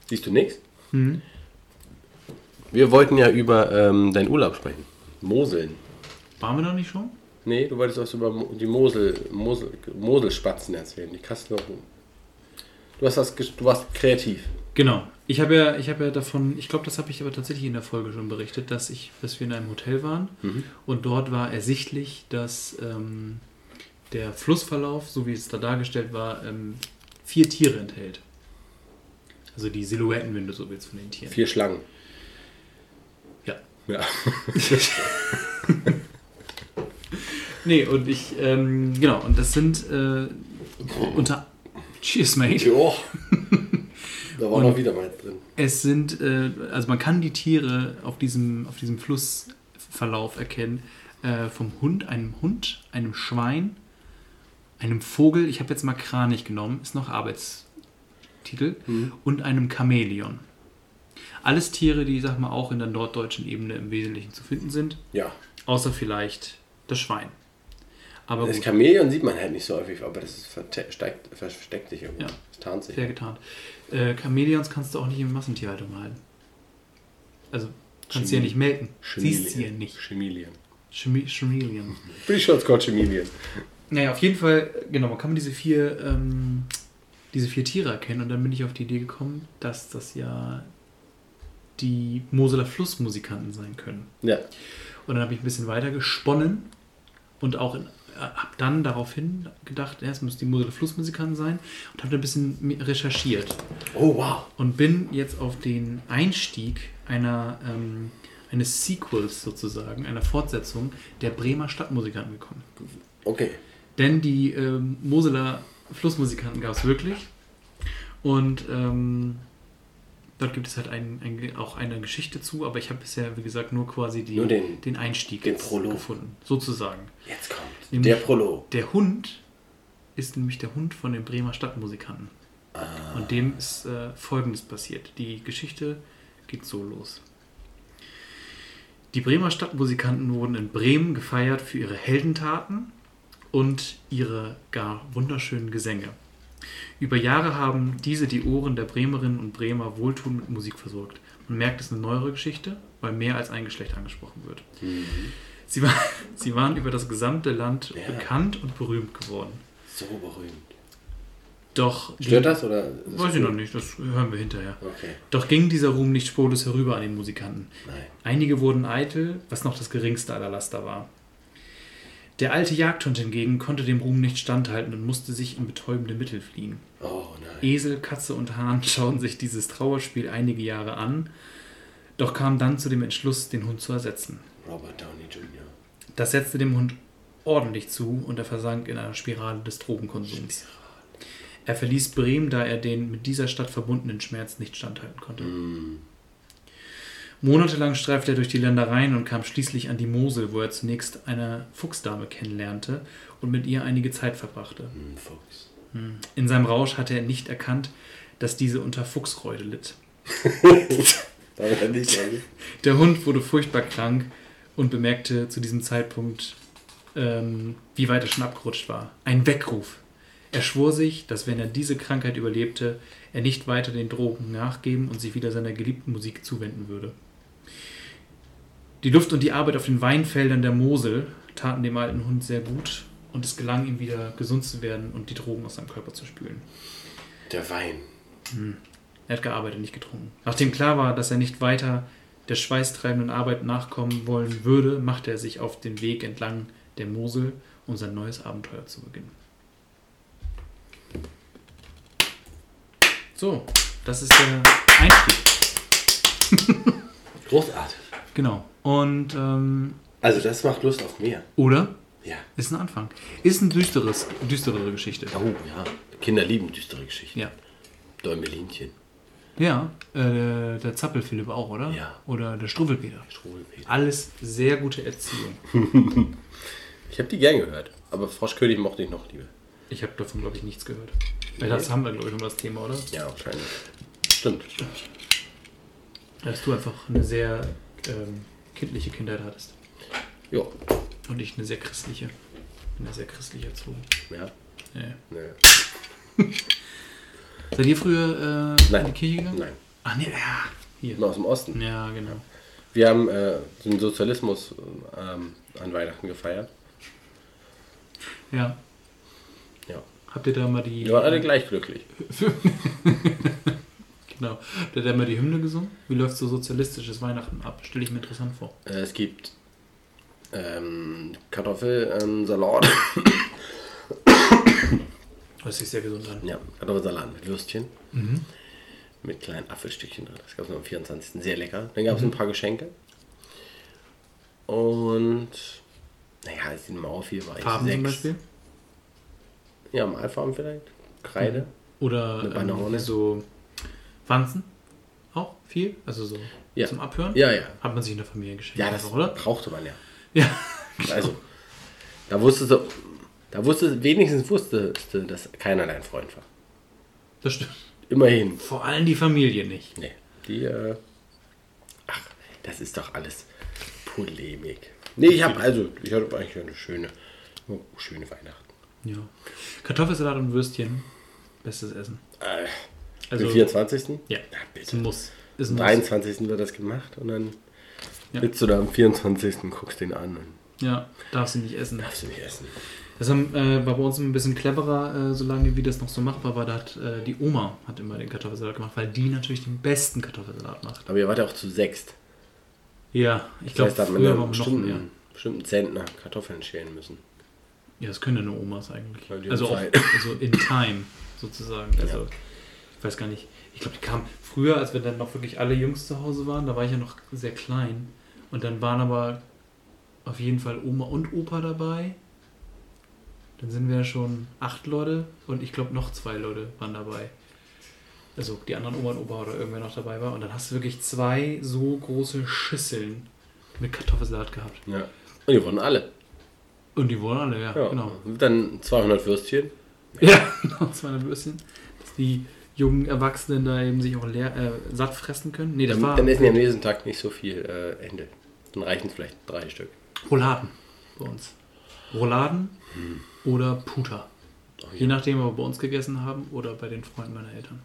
S3: siehst du nichts?
S4: Mhm.
S3: Wir wollten ja über ähm, deinen Urlaub sprechen. Moseln.
S4: Waren wir noch nicht schon?
S3: Nee, du wolltest was über Mo- die Mosel, Mosel, Moselspatzen erzählen, die Kastenlochen. Du, hast das, ges- du warst kreativ.
S4: Genau. Ich habe ja, ich habe ja davon, ich glaube, das habe ich aber tatsächlich in der Folge schon berichtet, dass ich, dass wir in einem Hotel waren
S3: Mhm.
S4: und dort war ersichtlich, dass ähm, der Flussverlauf, so wie es da dargestellt war, ähm, vier Tiere enthält. Also die Silhouetten, wenn du so willst, von den Tieren.
S3: Vier Schlangen.
S4: Ja.
S3: Ja.
S4: Nee, und ich, ähm, genau, und das sind äh, unter. Cheers, mate.
S3: Joa. Da war
S4: Und-
S3: noch wieder meins drin.
S4: Es sind, äh, also man kann die Tiere auf diesem, auf diesem Flussverlauf erkennen. Äh, vom Hund, einem Hund, einem Schwein, einem Vogel, ich habe jetzt mal Kranich genommen, ist noch Arbeitstitel, und einem Chamäleon. Alles Tiere, die, sag mal, auch in der norddeutschen Ebene im Wesentlichen zu finden sind,
S3: Ja.
S4: außer vielleicht das Schwein. Aber
S3: Das
S4: gut,
S3: Chamäleon sieht man halt nicht so häufig, aber das ist versteckt, versteckt sich irgendwo.
S4: Ja.
S3: Es tarnt sich.
S4: fair getan. Äh, Chamäleons kannst du auch nicht in Massentierhaltung halten. Also, kannst du ja
S3: Chemie-
S4: nicht melken.
S3: Chamäleon.
S4: Siehst sie ja nicht.
S3: Chamäleon.
S4: Chemie- Chameleon.
S3: Bin ich schon als Gott Chamäleon.
S4: Naja, auf jeden Fall, genau, man kann diese vier, ähm, diese vier Tiere erkennen und dann bin ich auf die Idee gekommen, dass das ja die Moseler Flussmusikanten sein können.
S3: Ja.
S4: Und dann habe ich ein bisschen weiter gesponnen und auch in äh, habe dann daraufhin gedacht, ja, es müssen die Moseler Flussmusikanten sein und habe da ein bisschen mi- recherchiert
S5: Oh, wow.
S4: und bin jetzt auf den Einstieg einer, ähm, eines Sequels sozusagen, einer Fortsetzung der Bremer Stadtmusikanten gekommen.
S3: Okay.
S4: Denn die ähm, Moseler Flussmusikanten gab es wirklich. Und ähm, dort gibt es halt ein, ein, auch eine Geschichte zu, aber ich habe bisher, wie gesagt, nur quasi die,
S3: Nur den-
S4: Einstieg
S3: den
S4: jetzt
S3: Prolog.
S4: gefunden. Sozusagen.
S3: Jetzt kommt
S4: Nämlich-
S3: der Prolog.
S4: Der Hund ist nämlich der Hund von den Bremer Stadtmusikanten. Und dem ist äh, Folgendes passiert. Die Geschichte geht so los. Die Bremer Stadtmusikanten wurden in Bremen gefeiert für ihre Heldentaten und ihre gar wunderschönen Gesänge. Über Jahre haben diese die Ohren der Bremerinnen und Bremer wohltuend mit Musik versorgt. Man merkt, es ist eine neuere Geschichte, weil mehr als ein Geschlecht angesprochen wird.
S3: Mhm.
S4: Sie, war, sie waren über das gesamte Land
S3: Ja.
S4: bekannt und berühmt geworden.
S3: So berühmt.
S4: Doch die-
S3: Stört das oder? ist es
S4: Weiß ich
S3: gut?
S4: noch nicht, das hören wir hinterher.
S3: Okay.
S4: Doch ging dieser Ruhm nicht spurlos herüber an den Musikanten.
S3: Nein.
S4: Einige wurden eitel, was noch das geringste aller Laster war. Der alte Jagdhund hingegen konnte dem Ruhm nicht standhalten und musste sich in betäubende Mittel fliehen.
S3: Oh nein.
S4: Esel, Katze und Hahn schauen sich dieses Trauerspiel einige Jahre an, doch kamen dann zu dem Entschluss, den Hund zu ersetzen.
S3: Robert Downey Jr.
S4: Das setzte dem Hund ordentlich zu und er versank in einer Spirale des Drogenkonsums. Er verließ Bremen, da er den mit dieser Stadt verbundenen Schmerz nicht standhalten konnte. Monatelang streifte er durch die Ländereien und kam schließlich an die Mosel, wo er zunächst eine Fuchsdame kennenlernte und mit ihr einige Zeit verbrachte.
S3: Hm, Fuchs.
S4: In seinem Rausch hatte er nicht erkannt, dass diese unter Fuchsreude litt.
S3: Damit er nicht sagen.
S4: Der Hund wurde furchtbar krank und bemerkte zu diesem Zeitpunkt, ähm, wie weit er schon abgerutscht war. Ein Weckruf. Er schwor sich, dass wenn er diese Krankheit überlebte, er nicht weiter den Drogen nachgeben und sich wieder seiner geliebten Musik zuwenden würde. Die Luft und die Arbeit auf den Weinfeldern der Mosel taten dem alten Hund sehr gut und es gelang ihm wieder gesund zu werden und die Drogen aus seinem Körper zu spülen.
S3: Der Wein.
S4: Er hat gearbeitet, nicht getrunken. Nachdem klar war, dass er nicht weiter der schweißtreibenden Arbeit nachkommen wollen würde, machte er sich auf den Weg entlang der Mosel, um sein neues Abenteuer zu beginnen. So, das ist der Einstieg.
S3: Großartig.
S4: Genau. Und, ähm,
S3: Also das macht Lust auf mehr.
S4: oder?
S3: Ja.
S4: Ist ein Anfang. Ist ein düsteres, düsterere Geschichte.
S3: Oh ja. Kinder lieben düstere Geschichten.
S4: Ja.
S3: Däumelinchen.
S4: Ja, äh, der Zappelphilipp auch, oder?
S3: Ja.
S4: Oder der Struwelpeter.
S3: Struwelpeter.
S4: Alles sehr gute Erziehung.
S3: Ich habe die gern gehört. Aber Froschkönig mochte ich noch lieber.
S4: Ich habe davon, glaube ich, nichts gehört. Weil das haben wir, glaube ich, um das Thema, oder?
S3: Ja, wahrscheinlich. Stimmt.
S4: Dass du einfach eine sehr ähm, kindliche Kindheit hattest.
S3: Jo.
S4: Und ich eine sehr christliche. Bin ja sehr christlich erzogen.
S3: Ja.
S4: Ja.
S3: Nee.
S4: Seid ihr früher äh, in die
S3: Nein.
S4: Kirche gegangen?
S3: Nein.
S4: Ach nee, ja. Hier.
S3: Nur aus dem Osten.
S4: Ja, genau.
S3: Wir haben äh, den Sozialismus ähm, an Weihnachten gefeiert.
S4: Ja.
S3: Ja.
S4: Habt ihr da mal die. äh,
S3: Wir waren alle gleich glücklich.
S4: Genau. Habt ihr da mal die Hymne gesungen? Wie läuft so sozialistisches Weihnachten ab? Stelle ich mir interessant vor.
S3: Äh, es gibt ähm, Kartoffel, ähm, Salat.
S4: Hört sich sehr gesund an.
S3: Ja, Kartoffelsalat mit Würstchen.
S4: Mhm.
S3: Mit kleinen Apfelstückchen drin. Das gab es am 24. Sehr lecker. Dann gab
S4: Mhm.
S3: es ein paar Geschenke. Und naja, als ich in Mauer viel war ich
S4: Farben
S3: sechs.
S4: zum Beispiel?
S3: Ja, Malfarben vielleicht. Kreide.
S4: Oder ähm,
S3: Eine Banane.
S4: so Wanzen? Auch viel? Also so
S3: Ja.
S4: zum Abhören?
S3: Ja, ja.
S4: Hat man sich in der Familie geschenkt.
S3: Ja, das
S4: einfach, Mhm. oder?
S3: brauchte man ja.
S4: Ja.
S3: Also, da wusstest du, da wusstest, wenigstens wusstest du, dass keiner dein Freund war.
S4: Das stimmt.
S3: Immerhin.
S4: Vor allem die Familie nicht.
S3: Nee, die, äh, ach, das ist doch alles Polemik. Nee, ich habe also, ich hatte eigentlich eine schöne, oh, schöne Weihnachten.
S4: Ja. Kartoffelsalat und Würstchen. Bestes Essen.
S3: Äh,
S4: Also-
S3: am 24.
S4: Ja.
S3: Na,
S4: Es
S3: bitte.
S4: muss. Es
S3: Am
S4: muss.
S3: 23. wird das gemacht und dann
S4: Ja.
S3: sitzt du da am 24. und guckst den an und
S4: Ja, darfst du nicht essen.
S3: darfst du nicht essen.
S4: Das haben, äh, war bei uns ein bisschen cleverer, äh, solange wie das noch so machbar war. Da hat äh, die Oma hat immer den Kartoffelsalat gemacht, weil die natürlich den besten Kartoffelsalat macht.
S3: Aber ihr wart ja auch zu sechst.
S4: Ja, ich
S3: Das
S4: glaube,
S3: heißt, da hat man
S4: früher
S3: dann
S4: waren wir noch
S3: bestimmt,
S4: mehr.
S3: einen bestimmten Zentner Kartoffeln schälen müssen.
S4: Ja, das können ja nur Omas eigentlich.
S3: Weil die
S4: Also, auch,
S3: Zeit.
S4: also in time sozusagen. Also ich weiß gar nicht. Ich glaube, die kamen früher, als wir dann noch wirklich alle Jungs zu Hause waren, da war ich ja noch sehr klein. Und dann waren aber auf jeden Fall Oma und Opa dabei. Dann sind wir ja schon acht Leute und ich glaube noch zwei Leute waren dabei. Also die anderen Oma und Opa oder irgendwer noch dabei war. Und dann hast du wirklich zwei so große Schüsseln mit Kartoffelsalat gehabt.
S3: Ja. Und die wurden alle.
S4: Und die wurden alle, ja,
S3: Ja.
S4: genau.
S3: Dann 200 Würstchen.
S4: Ja, noch 200 Würstchen. Dass die jungen Erwachsenen da eben sich auch leer, äh, satt fressen können. Nee, das
S3: Dann,
S4: war
S3: dann essen die am nächsten Tag nicht so viel äh, Ende. Dann reichen es vielleicht drei Stück.
S4: Rouladen bei uns. Rouladen
S3: Hm.
S4: oder Puta. Je nachdem, ob wir bei uns gegessen haben oder bei den Freunden meiner Eltern.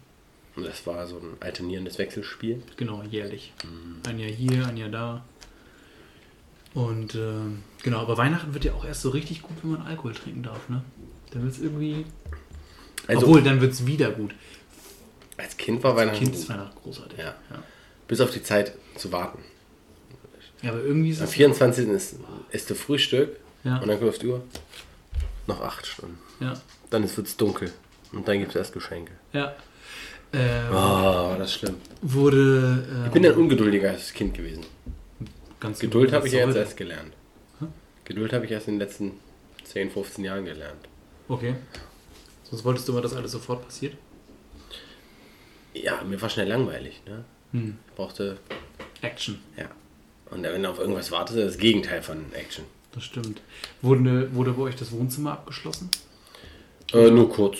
S3: Und das war so ein alternierendes Wechselspiel.
S4: Genau, jährlich.
S3: Hm.
S4: Ein Jahr hier, ein Jahr da. Und ähm, genau, aber Weihnachten wird ja auch erst so richtig gut, wenn man Alkohol trinken darf, ne? Dann wird es irgendwie.
S3: Also
S4: Obwohl, dann wird es wieder gut.
S3: als Kind war Weihnachten
S4: Kind ist
S3: gut.
S4: Weihnachten großartig.
S3: Ja.
S4: ja.
S3: bis auf die Zeit zu warten.
S4: Ja, aber irgendwie ist
S3: Am
S4: es.
S3: 24. ist, ist du Frühstück
S4: Ja.
S3: und dann läuft die Uhr. Noch acht Stunden.
S4: Ja.
S3: Dann wird es dunkel und dann gibt es erst Geschenke.
S4: Ja. Ähm,
S3: Oh, war das schlimm.
S4: Wurde. Ähm,
S3: Ich bin ein ungeduldiges Kind gewesen.
S4: ganz genau
S3: Geduld habe ich ja jetzt
S4: sollte.
S3: erst gelernt. Geduld habe ich erst in den letzten 10, 15 Jahren gelernt.
S4: Okay. Sonst wolltest du mal, dass alles sofort passiert?
S3: Ja, mir war schnell langweilig. Ne?
S4: Hm.
S3: Ich brauchte,
S4: Action.
S3: ja. Und wenn du auf irgendwas wartest, ist das Gegenteil von Action.
S4: Das stimmt. Wurde, ne, wurde bei euch das Wohnzimmer abgeschlossen?
S3: Äh, nur kurz,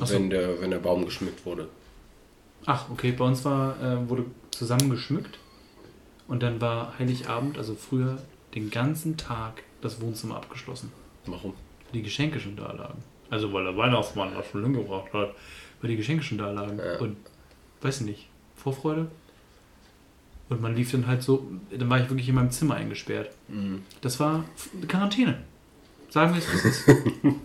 S4: Ach so.
S3: wenn, der, wenn der Baum geschmückt wurde.
S4: Ach, okay. Bei uns war, äh, wurde zusammen geschmückt. Und dann war Heiligabend, also früher, den ganzen Tag das Wohnzimmer abgeschlossen.
S3: Warum?
S4: Weil die Geschenke schon da lagen. Also, weil der Weihnachtsmann das schon hingebracht hat. Weil die Geschenke schon da lagen.
S3: Ja.
S4: Und, weiß nicht, Vorfreude? Und man lief dann halt so, dann war ich wirklich in meinem Zimmer eingesperrt.
S3: Mhm.
S4: Das war F- Quarantäne. Sagen wir es, wie es ist.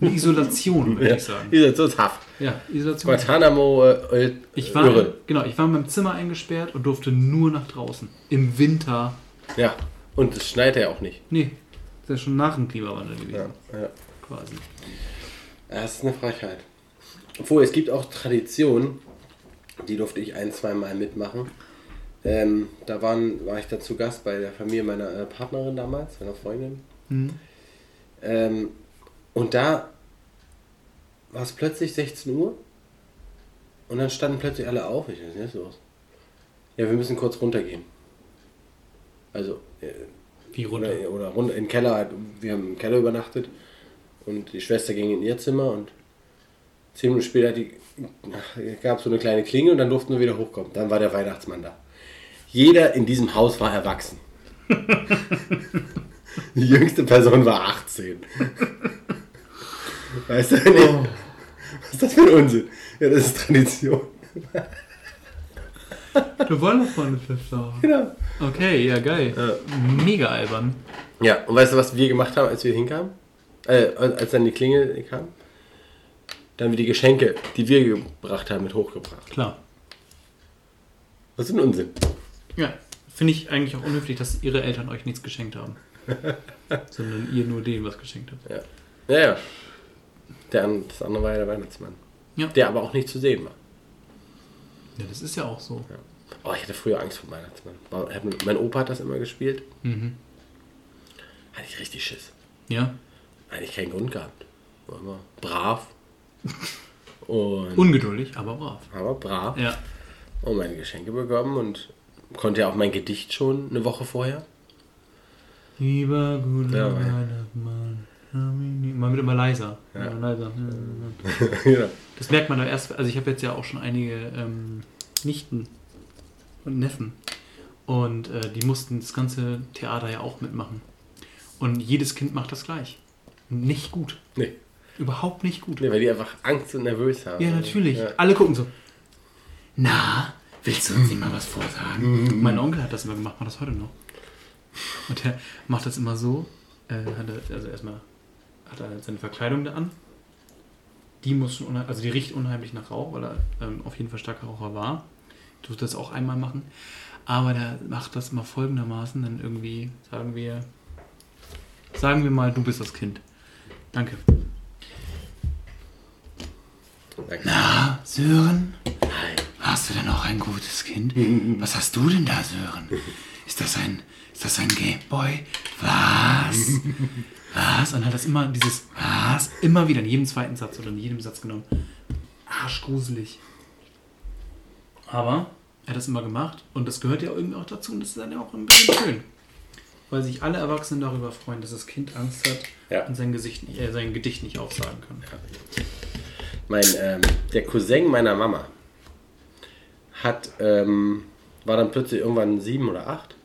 S4: Eine Isolation, würde
S3: Ja.
S4: ich sagen.
S3: Ihr seid so tough.
S4: Ja, Isolation.
S3: Guantanamo äh, äh,
S4: Ich war,
S3: Irre.
S4: genau, ich war in meinem Zimmer eingesperrt und durfte nur nach draußen. Im Winter.
S3: Ja, und es schneit ja auch nicht.
S4: Nee, ist ja schon nach dem Klimawandel gewesen,
S3: Ja, ja.
S4: quasi.
S3: Das ist eine Frechheit. Obwohl, es gibt auch Traditionen, die durfte ich ein, zwei Mal mitmachen. Ähm, da waren, war ich da zu Gast bei der Familie meiner äh, Partnerin damals, meiner Freundin. Ähm, und da war es plötzlich 16 Uhr und dann standen plötzlich alle auf. Ich weiß nicht, was ist los? Ja, wir müssen kurz runtergehen. Also, äh,
S4: Wie runter.
S3: Oder, oder runter in den Keller. halt. Wir haben im Keller übernachtet und die Schwester ging in ihr Zimmer und zehn Minuten später hat die, gab es so eine kleine Klinge und dann durften wir wieder hochkommen. Dann war der Weihnachtsmann da. Jeder in diesem Haus war erwachsen. die jüngste Person war 18. Weißt du, nee. was ist das für ein Unsinn? Ja, das ist Tradition.
S4: Du wolltest vorne Pfiff
S3: Genau.
S4: Okay, ja, geil.
S3: Äh.
S4: Mega albern.
S3: Ja, und weißt du, was wir gemacht haben, als wir hinkamen? Äh, als dann die Klingel kam? Da haben wir die Geschenke, die wir gebracht haben, mit hochgebracht.
S4: Klar.
S3: Was ist ein Unsinn.
S4: Ja, finde ich eigentlich auch unhöflich, dass ihre Eltern euch nichts geschenkt haben. Sondern ihr nur denen was geschenkt habt.
S3: Ja. Ja, ja. Der, an- das andere war ja der Weihnachtsmann.
S4: Ja.
S3: Der aber auch nicht zu sehen war.
S4: Ja, das ist ja auch so.
S3: Oh, ich hatte früher Angst vor dem Weihnachtsmann. War- hat mir- Mein Opa hat das immer gespielt.
S4: Mhm.
S3: Hatte ich richtig Schiss.
S4: Ja.
S3: Eigentlich keinen Grund gehabt. War immer brav. Und
S4: Ungeduldig, aber brav.
S3: aber brav.
S4: Ja.
S3: und meine Geschenke bekommen und konnte ja auch mein Gedicht schon eine Woche vorher.
S4: Lieber guter
S3: Ja, weil-
S4: Weihnachtsmann. Man wird immer leiser.
S3: Ja.
S4: Immer leiser.
S3: ja.
S4: Das merkt man dann erst, also ich habe jetzt ja auch schon einige ähm, Nichten und Neffen. Und äh, die mussten das ganze Theater ja auch mitmachen. Und jedes Kind macht das gleich. Nicht gut.
S3: Nee.
S4: Überhaupt nicht gut.
S3: Nee, weil die einfach Angst und nervös haben.
S4: Ja, natürlich.
S3: Ja.
S4: Alle gucken so.
S5: Na, willst du uns nicht mal was vorsagen?
S4: Mein Onkel hat das immer gemacht, macht das heute noch. Und der macht das immer so. Äh, hat er, also erstmal hat er seine Verkleidung da an. Die muss schon unheim- also die riecht unheimlich nach Rauch, weil er ähm, auf jeden Fall starker Raucher war. Ich durfte das auch einmal machen. Aber der macht das immer folgendermaßen, dann irgendwie sagen wir, sagen wir mal, du bist das Kind. Danke.
S5: Ah, Sören? Hast du denn auch ein gutes Kind?
S4: Mhm.
S5: Was hast du denn da, Sören? Ist das ein, ist das ein Gameboy? Was?
S4: Was? Und hat das immer dieses Was immer wieder in jedem zweiten Satz oder in jedem Satz genommen. Arschgruselig. Aber er hat das immer gemacht und das gehört ja irgendwie auch dazu und das ist dann ja auch ein bisschen schön. Weil sich alle Erwachsenen darüber freuen, dass das Kind Angst hat
S3: Ja.
S4: und sein, Gesicht nicht, äh, sein Gedicht nicht aufsagen kann.
S3: Mein, ähm, der Cousin meiner Mama hat, ähm, war dann plötzlich irgendwann sieben oder acht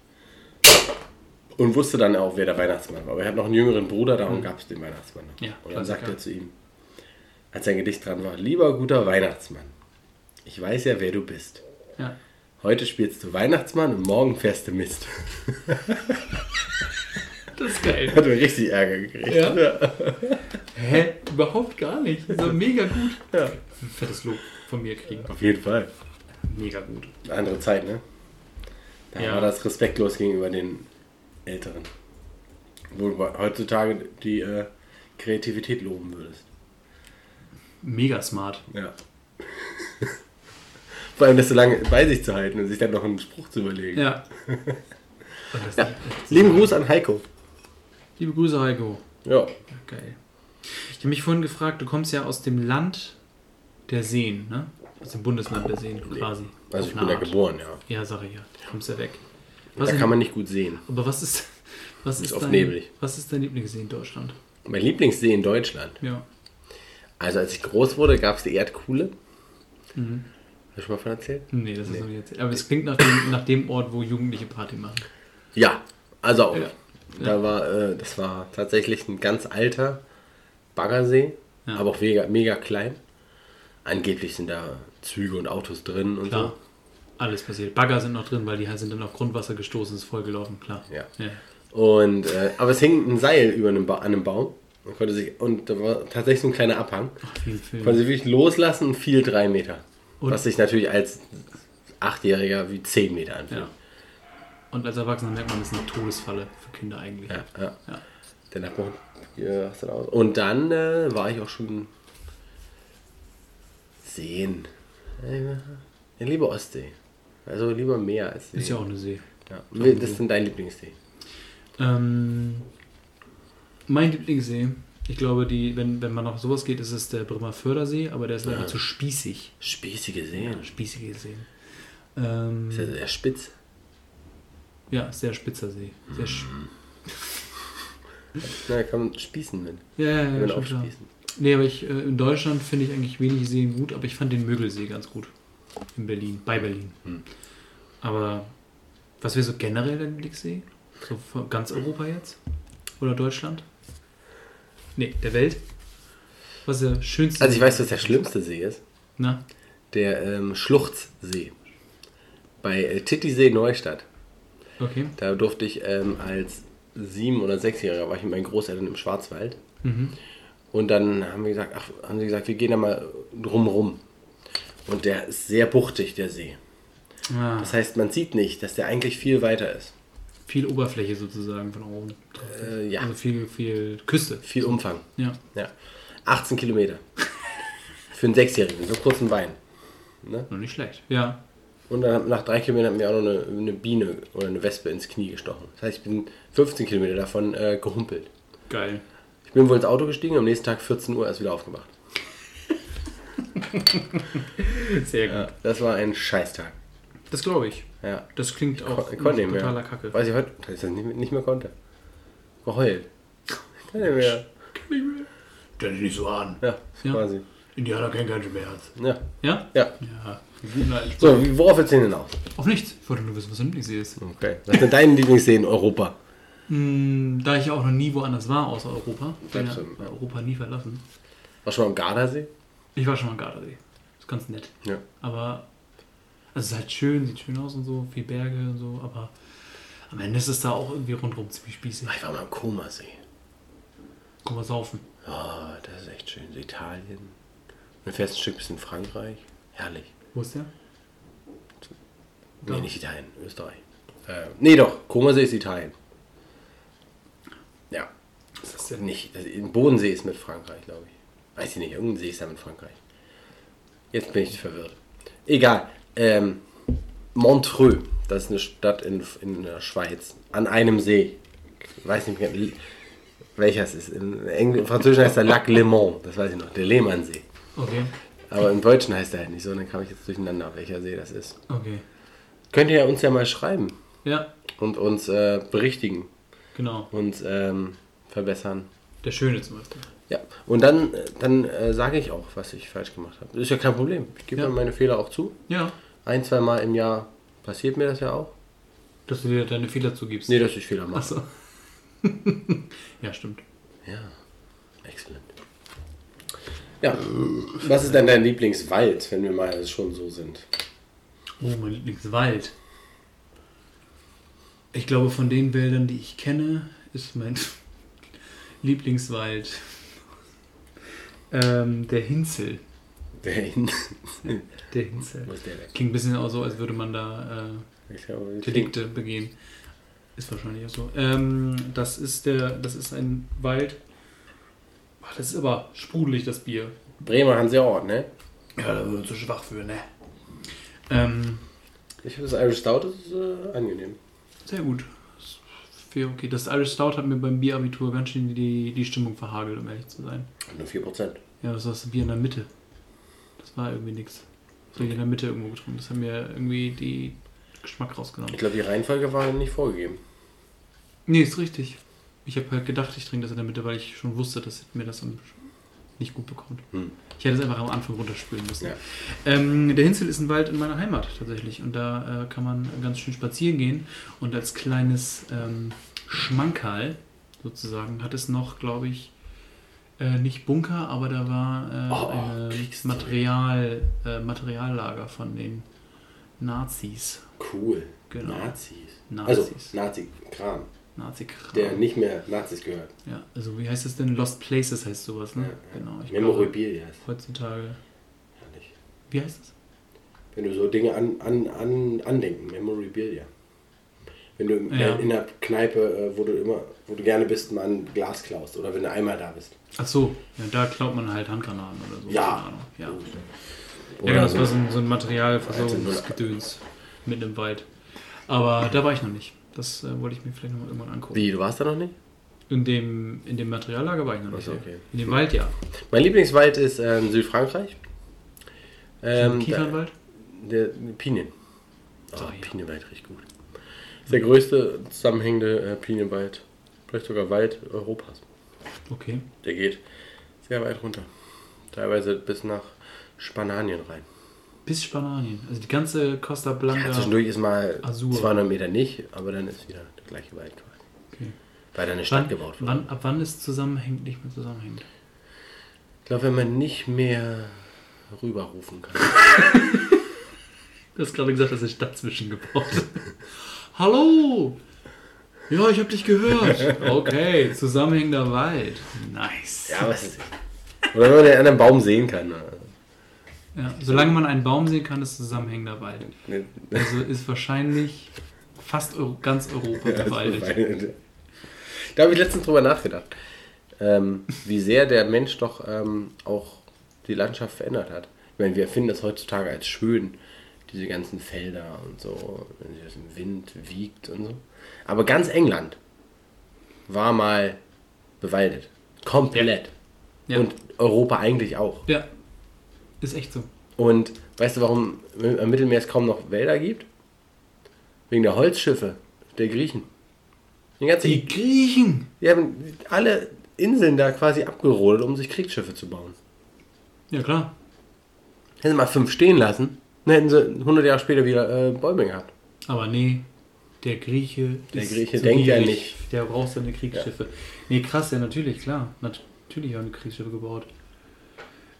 S3: und wusste dann auch, wer der Weihnachtsmann war. Aber er hat noch einen jüngeren Bruder, darum gab es den Weihnachtsmann noch.
S4: Mhm. Ja,
S3: und dann sagt
S4: Klassiker.
S3: er zu ihm, als sein Gedicht dran war, lieber guter Weihnachtsmann, ich weiß ja, wer du bist.
S4: Ja.
S3: Heute spielst du Weihnachtsmann und morgen fährst du Mist.
S4: Das ist geil.
S3: Hat mir richtig Ärger gekriegt.
S4: Ja. Hä? Überhaupt gar nicht. Das ist doch mega gut. Ein fettes Lob von mir kriegen.
S3: Auf jeden Fall.
S4: Mega gut.
S3: Andere Zeit, ne? Da
S4: Ja.
S3: war das respektlos gegenüber den Älteren. Wo du heutzutage die äh, Kreativität loben würdest.
S4: Mega smart.
S3: Ja. Vor allem das so lange bei sich zu halten und sich dann noch einen Spruch zu überlegen.
S4: Ja. Und das
S3: Lieben Gruß an Heiko.
S4: Liebe Grüße, Heiko.
S3: Ja.
S4: Geil. Ich habe mich vorhin gefragt, du kommst ja aus dem Land der Seen, ne? Aus dem Bundesland der Seen quasi.
S3: Also
S4: Auf
S3: ich
S4: eine
S3: bin da
S4: Art.
S3: geboren, ja.
S4: Ja, sag ich ja. Du kommst ja weg. Was
S3: Da
S4: denn-
S3: kann man nicht gut sehen.
S4: aber was ist, was ist,
S3: oft
S4: dein,
S3: nebelig.
S4: Was ist dein Lieblingssee in Deutschland?
S3: Mein Lieblingssee in Deutschland.
S4: Ja.
S3: Also als ich groß wurde, gab es die Erdkuhle.
S4: Mhm.
S3: Hast du schon mal von erzählt?
S4: Hm, Nee, das ist noch nicht erzählt. Aber es klingt nach dem, nach dem Ort, wo Jugendliche Party machen.
S3: Ja, also auch.
S4: Ja.
S3: Da war, äh, das war tatsächlich ein ganz alter Baggersee,
S4: Ja.
S3: aber auch mega, mega klein. Angeblich sind da Züge und Autos drin und
S4: Klar. Alles passiert. Bagger sind noch drin, weil die halt sind dann auf Grundwasser gestoßen, ist vollgelaufen, klar.
S3: Ja.
S4: ja.
S3: so. Und, äh, aber es hing ein Seil über einem ba an einem Baum. Man konnte sich, und da war tatsächlich so ein kleiner Abhang.
S4: Viel
S3: Man
S4: Film.
S3: konnte sich wirklich loslassen und fiel drei Meter.
S4: Und-
S3: Was sich natürlich als Achtjähriger wie zehn Meter anfühlt.
S4: Ja. Und als Erwachsener merkt man, das ist eine Todesfalle für Kinder eigentlich.
S3: Ja, ja.
S4: Ja.
S3: Der Nachbar äh, rastet aus. Und dann äh, war ich auch schon sehen. Ja, lieber Ostsee. Also lieber Meer als See.
S4: Ist ja auch eine See.
S3: Ja. Wie- Das sind dein Lieblingssee.
S4: Ähm, mein Lieblingssee, ich glaube, die, wenn, wenn man auf sowas geht, ist es der Bremer Fördersee, aber der ist leider zu spießig.
S3: Spießige Seen.
S4: Spießige Seen. Ähm,
S3: Ist ja sehr spitz.
S4: ja, sehr spitzer See. Sehr sch-
S3: Mhm. Na, da kann man spießen mit.
S4: ja, ja,
S3: Kann
S4: ja,
S3: man
S4: schon
S3: auch
S4: klar.
S3: spießen.
S4: Nee, aber ich, äh, in Deutschland finde ich eigentlich wenig Seen gut, aber ich fand den Mögelsee ganz gut. In Berlin, bei Berlin.
S3: Hm.
S4: Aber was wäre so generell dein Lieblingssee? So von ganz Europa jetzt? Oder Deutschland? Nee, der Welt? Was ist der schönste
S3: Also ich
S4: See?
S3: weiß, was der schlimmste See ist.
S4: Na,
S3: Der ähm, Schluchzsee. Bei äh, Titisee Neustadt.
S4: okay.
S3: Da durfte ich ähm, als sieben- oder sechsjähriger war ich mit meinen Großeltern im Schwarzwald. Und dann haben wir gesagt, ach, haben sie gesagt, wir gehen da mal drum rum. Und der ist sehr buchtig, der See.
S4: Ah,
S3: Das heißt, man sieht nicht, dass der eigentlich viel weiter ist.
S4: viel Oberfläche sozusagen von oben.
S3: Äh, ja,
S4: Also viel, viel Küste.
S3: viel Umfang.
S4: Ja.
S3: Ja. 18 Kilometer. Für einen Sechsjährigen, so kurzen Bein.
S4: Noch nicht schlecht. Ja.
S3: Und dann nach drei Kilometern hat mir auch noch eine, eine Biene oder eine Wespe ins Knie gestochen. Das heißt, ich bin 15 Kilometer davon äh, gehumpelt.
S4: Geil.
S3: Ich bin wohl ins Auto gestiegen, am nächsten Tag 14 Uhr erst wieder aufgemacht.
S4: Sehr gut.
S3: Das war ein Scheißtag.
S4: Das glaube ich.
S3: Ja.
S4: Das klingt auch
S3: Ich konnte nicht
S4: nach
S3: mehr.
S4: totaler Kacke.
S3: Weiß ich heute, dass ich das nicht, mehr- nicht mehr konnte. Geheult. Ich kann nicht mehr.
S5: Stell dich nicht so an.
S3: Ja,
S4: Ja.
S3: quasi.
S5: Indianer kennen keinen Schmerz.
S3: Ja.
S4: Ja?
S3: ja.
S4: Ja. Na, ich-
S3: So, wie- worauf jetzt hin hinaus?
S4: Auf nichts. Ich wollte nur wissen, was im Lieblingssee ist.
S3: Okay. Was sind deine Lieblingssee in Europa?
S4: Hm, Da ich ja auch noch nie woanders war außer Europa, bin ja
S3: Bleibst du, ja.
S4: Europa nie verlassen.
S3: Warst du schon mal am Gardasee?
S4: Ich war schon mal am Gardasee. Ist ganz nett.
S3: Ja.
S4: Aber also es ist halt schön, sieht schön aus und so, viel Berge und so, aber am Ende ist es da auch irgendwie rundherum ziemlich spießig.
S3: Ah, Ich war mal am Komasee.
S4: Guck mal saufen.
S3: Oh, das ist echt schön. Italien. Dann fährst du ein Stück bis in Frankreich. Herrlich.
S4: Wo ist der?
S3: Nee,
S4: Ja.
S3: nicht Italien. Österreich. Äh, nee, doch. Komasee ist Italien. Ja. Das ist ja nicht. Das, im Bodensee ist mit Frankreich, glaube ich. Weiß ich nicht, irgendein See ist ja mit Frankreich. Jetzt bin ich verwirrt. Egal. Ähm, Montreux, das ist eine Stadt in, in der Schweiz. An einem See. Weiß nicht mehr, welcher es ist. In Engl Im Französischen heißt der Lac Le Mans, das weiß ich noch, der Lehmannsee.
S4: Okay,
S3: Aber im Deutschen heißt er halt nicht so, und dann kam ich jetzt durcheinander, welcher See das ist.
S4: okay.
S3: Könnt ihr uns ja mal schreiben
S4: Ja,
S3: und uns äh, berichtigen
S4: genau.
S3: und ähm, verbessern.
S4: Der Schöne zum Beispiel.
S3: Ja, und dann, äh, dann äh, sage ich auch, was ich falsch gemacht habe. Ist ja kein Problem. Ich gebe
S4: Ja.
S3: mir meine Fehler auch zu.
S4: Ja,
S3: Ein, zwei Mal im Jahr passiert mir das ja auch.
S4: dass du dir deine Fehler zugibst.
S3: Nee, dass ich Fehler mache.
S4: Achso. ja, stimmt.
S3: Ja, exzellent. Ja, was ist denn dein Lieblingswald, wenn wir mal schon so sind?
S4: Oh, mein Lieblingswald. Ich glaube, von den Wäldern, die ich kenne, ist mein Lieblingswald ähm, der Hinzel.
S3: Der hin.
S4: Der Hinzel.
S3: Wo ist der weg?
S4: Klingt ein bisschen auch so, als würde man da
S3: Ich glaube,
S4: äh, Delikte begehen. Ist wahrscheinlich auch so. Ähm, das ist der, das ist ein Wald. Boah, das ist aber sprudelig, das Bier.
S3: Bremer haben sie auch, ne?
S4: Ja, da wird zu schwach für, ne? Ähm,
S3: Ich finde das Irish Stout ist äh, angenehm.
S4: Sehr gut. Das ist Fair, okay. Das Irish Stout hat mir beim Bierabitur ganz schön die, die Stimmung verhagelt, um ehrlich zu sein.
S3: Hat Nur 4%.
S4: Ja, was war das Bier in der Mitte? Das war irgendwie nix. Das habe ich in der Mitte irgendwo getrunken. Das hat mir irgendwie die Geschmack
S3: Ich
S4: rausgenommen.
S3: glaube, die Reihenfolge war nicht vorgegeben.
S4: Nee, ist richtig. Ich habe halt gedacht, ich trinke das in der Mitte, weil ich schon wusste, dass mir das am- nicht gut bekommt.
S3: Hm.
S4: Ich hätte es einfach am Anfang runterspülen müssen.
S3: Ja.
S4: Ähm, der Hinzel ist ein Wald in meiner Heimat tatsächlich und da äh, kann man ganz schön spazieren gehen und als kleines ähm, Schmankerl sozusagen hat es noch, glaube ich, äh, nicht Bunker, aber da
S3: Oh,
S4: war äh, ein
S3: Kriegszeug.
S4: Material, äh, Materiallager von den Nazis.
S3: Cool.
S4: Genau.
S3: Nazis.
S4: Nazis.
S3: Also, Nazi-Kram,
S4: Nazi-Kram.
S3: der nicht mehr Nazis gehört.
S4: Ja, also wie heißt das denn? Lost Places heißt sowas, ne?
S3: Ja, ja.
S4: Genau. Ich glaube,
S3: Memorabilia ist
S4: heutzutage.
S3: herrlich.
S4: Wie heißt das?
S3: Wenn du so Dinge an, an, an, andenken, Memorabilia. Wenn du in,
S4: Ja.
S3: in der Kneipe, äh, wo du immer, wo du gerne bist, mal ein Glas klaust oder wenn du einmal da bist.
S4: Ach so, ja, da klaut man halt Handgranaten oder so.
S3: Ja. Oh,
S4: Keine Ahnung. Ja, ja
S3: Oder
S4: genau, das
S3: so.
S4: war so ein, so ein Materialversorgungsgedöns mit einem Wald. Aber da war ich noch nicht. Das äh, wollte ich mir vielleicht noch mal irgendwann angucken.
S3: Wie, du warst da noch nicht?
S4: In dem, in dem Materiallager war ich noch nicht.
S3: Ach so,
S4: ja.
S3: okay.
S4: In dem Wald ja.
S3: Mein Lieblingswald ist ähm, Südfrankreich. Ähm,
S4: Kiefernwald?
S3: Der, der Pinien. Oh,
S4: Ach ja.
S3: Pinienwald riecht gut. Ist der größte zusammenhängende äh, Pinienwald. Vielleicht sogar Wald Europas.
S4: Okay.
S3: Der geht sehr weit runter. Teilweise bis nach Spanien rein.
S4: Bis Spanien. Also die ganze Costa Blanca.
S3: Ja, zwischendurch ist mal
S4: Azur.
S3: 200 Meter nicht, aber dann ist wieder der gleiche Wald quasi.
S4: okay.
S3: Weil da eine Stadt
S4: wann,
S3: gebaut wurde.
S4: wann, ab wann ist zusammenhängend nicht mehr zusammenhängend?
S3: Ich glaube, wenn man nicht mehr rüberrufen kann.
S4: Du hast gerade gesagt, dass ich dazwischen gebaut Hallo! Ja, ich habe dich gehört. Okay, zusammenhängender Wald. Nice.
S3: ja, was ist Oder wenn man den anderen Baum sehen kann. ne?
S4: Ja, solange man einen Baum sehen kann, ist zusammenhängender Wald.
S3: Ne,
S4: Also ist wahrscheinlich fast Euro, ganz Europa
S3: also
S4: bewaldet.
S3: weil- Da habe ich letztens drüber nachgedacht, ähm, wie sehr der Mensch doch ähm, auch die Landschaft verändert hat. Ich meine, wir finden das heutzutage als schön, diese ganzen Felder und so, wenn sich das im Wind wiegt und so. Aber ganz England war mal bewaldet. Komplett.
S4: Ja.
S3: Und Europa eigentlich auch.
S4: ja, ist echt so.
S3: Und weißt du, warum am Mittelmeer es kaum noch Wälder gibt? Wegen der Holzschiffe der Griechen. Die ganze
S4: Die Griechen!
S3: die haben alle Inseln da quasi abgerodet, um sich Kriegsschiffe zu bauen.
S4: Ja, klar.
S3: Hätten sie mal fünf stehen lassen, dann hätten sie 100 Jahre später wieder äh, Bäume gehabt.
S4: Aber nee, der Grieche
S3: Der Grieche denkt ja nicht.
S4: Der braucht seine Kriegsschiffe. Nee, krass, ja, natürlich, klar. Nat- Natürlich haben die Kriegsschiffe gebaut.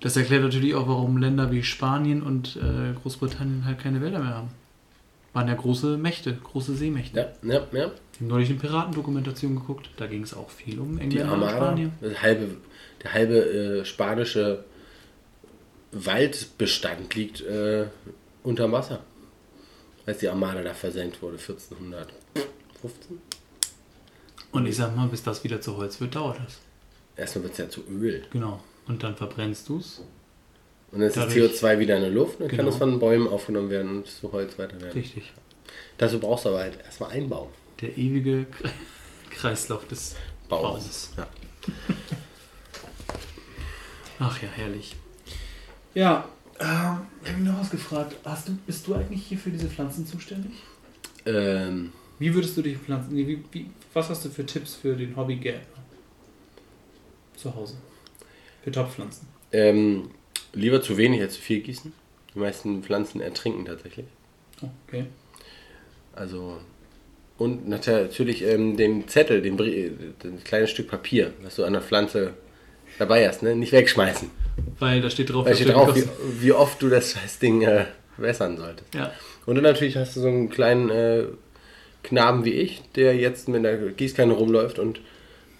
S4: Das erklärt natürlich auch, warum Länder wie Spanien und äh, Großbritannien halt keine Wälder mehr haben. Waren ja große Mächte, große Seemächte.
S3: Ja, ja, ja.
S4: Ich habe neulich eine Piratendokumentation geguckt, da ging es auch viel um
S3: Die
S4: England und
S3: Armada,
S4: Spanien.
S3: das halbe, der halbe äh, spanische Waldbestand liegt äh, unter Wasser. Als die Armada da versenkt wurde, 1415.
S4: Und ich sag mal, bis das wieder zu Holz wird, dauert das.
S3: Erstmal wird es ja zu Öl.
S4: Genau. Und dann verbrennst du es.
S3: Und dann ist das
S4: Dadurch-
S3: CO2 wieder in der Luft und dann kann
S4: Genau.
S3: es von Bäumen aufgenommen werden und zu Holz weiter werden.
S4: Richtig.
S3: Dazu brauchst du aber halt erstmal einen Baum.
S4: Der ewige Kre- Kreislauf des Baums.
S3: Ja.
S4: Ach ja, herrlich. Ja, ähm, ich habe mich noch was gefragt. Hast du, bist du eigentlich hier für diese Pflanzen zuständig?
S3: Ähm,
S4: Wie würdest du dich pflanzen? nee, Wie, wie, was hast du für Tipps für den Hobbygärtner? Zu Hause. Für Topfpflanzen.
S3: ähm, lieber zu wenig als zu viel gießen. Die meisten Pflanzen ertrinken tatsächlich.
S4: Oh, okay.
S3: Also und natürlich ähm, den Zettel, den, Brie- den kleines Stück Papier, was du an der Pflanze dabei hast, ne? nicht wegschmeißen.
S4: Weil da steht drauf,
S3: Da
S4: dass
S3: steht
S4: wir
S3: drauf, wie,
S4: kosten-
S3: wie oft du das scheiß Ding äh, wässern solltest.
S4: Ja,
S3: Und dann natürlich hast du so einen kleinen äh, Knaben wie ich, der jetzt mit einer Gießkanne rumläuft und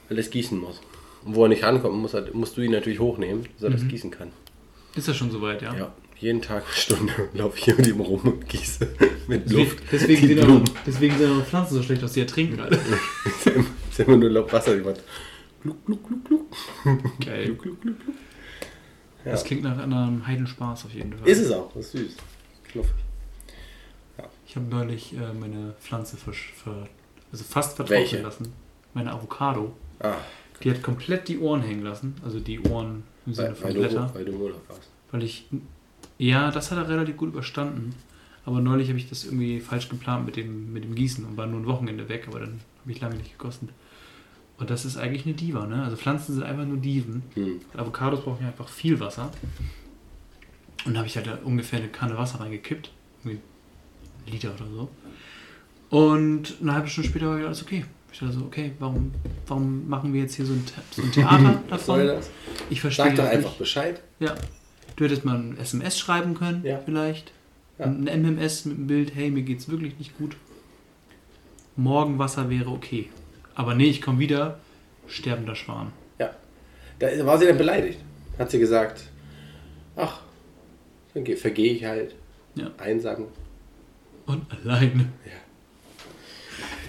S3: alles gießen muss. Und wo er nicht rankommt, muss er, musst du ihn natürlich hochnehmen, dass er das gießen kann.
S4: ist das schon soweit, ja?
S3: Ja, jeden Tag eine Stunde laufe ich hier mit ihm rum und gieße mit
S4: Deswegen,
S3: Luft.
S4: deswegen,
S3: die
S4: sehen eure,
S3: Blumen.
S4: deswegen sehen eure Pflanzen so schlecht aus, die ertrinken alle.
S3: Es ist immer nur Laub Wasser. die macht Gluck, gluck, gluck, gluck.
S4: Geil. Das klingt nach einem Heidenspaß auf jeden Fall.
S3: Ist es auch, ist süß. Knuffig.
S4: Ich habe neulich äh, meine Pflanze versch- ver also fast
S3: Welche?
S4: vertrocknen lassen. Meine Avocado.
S3: Ah,
S4: Die hat komplett die Ohren hängen lassen. Also die Ohren im Sinne
S3: weil,
S4: von
S3: weil,
S4: Blätter.
S3: du, weil du im Urlaub warst.
S4: Weil ich. Ja, das hat er relativ gut überstanden. Aber neulich habe ich das irgendwie falsch geplant mit dem, mit dem Gießen und war nur ein Wochenende weg, aber dann habe ich lange nicht gegossen. Und das ist eigentlich eine Diva, ne? Also Pflanzen sind einfach nur Diven.
S3: Hm.
S4: Avocados brauchen ja einfach viel Wasser. Und da habe ich halt da ungefähr eine Kanne Wasser reingekippt. Irgendwie ein Liter oder so. Und eine halbe Stunde später war wieder alles okay. Ich dachte so, okay, warum, warum machen wir jetzt hier so ein, Te- so ein Theater
S3: Was soll
S4: davon?
S3: das?
S4: Ich verstehe
S3: Sag doch
S4: das
S3: einfach
S4: nicht.
S3: Bescheid.
S4: Ja. Du hättest mal ein SMS schreiben können,
S3: Ja.
S4: vielleicht.
S3: Ja.
S4: Ein MMS mit einem Bild, hey, mir geht's wirklich nicht gut. Morgenwasser wäre okay. Aber nee, ich komme wieder, sterbender Schwan.
S3: Ja. Da war sie dann beleidigt. Hat sie gesagt, ach, dann ge- vergehe ich halt.
S4: Ja.
S3: Einsam.
S4: Und alleine.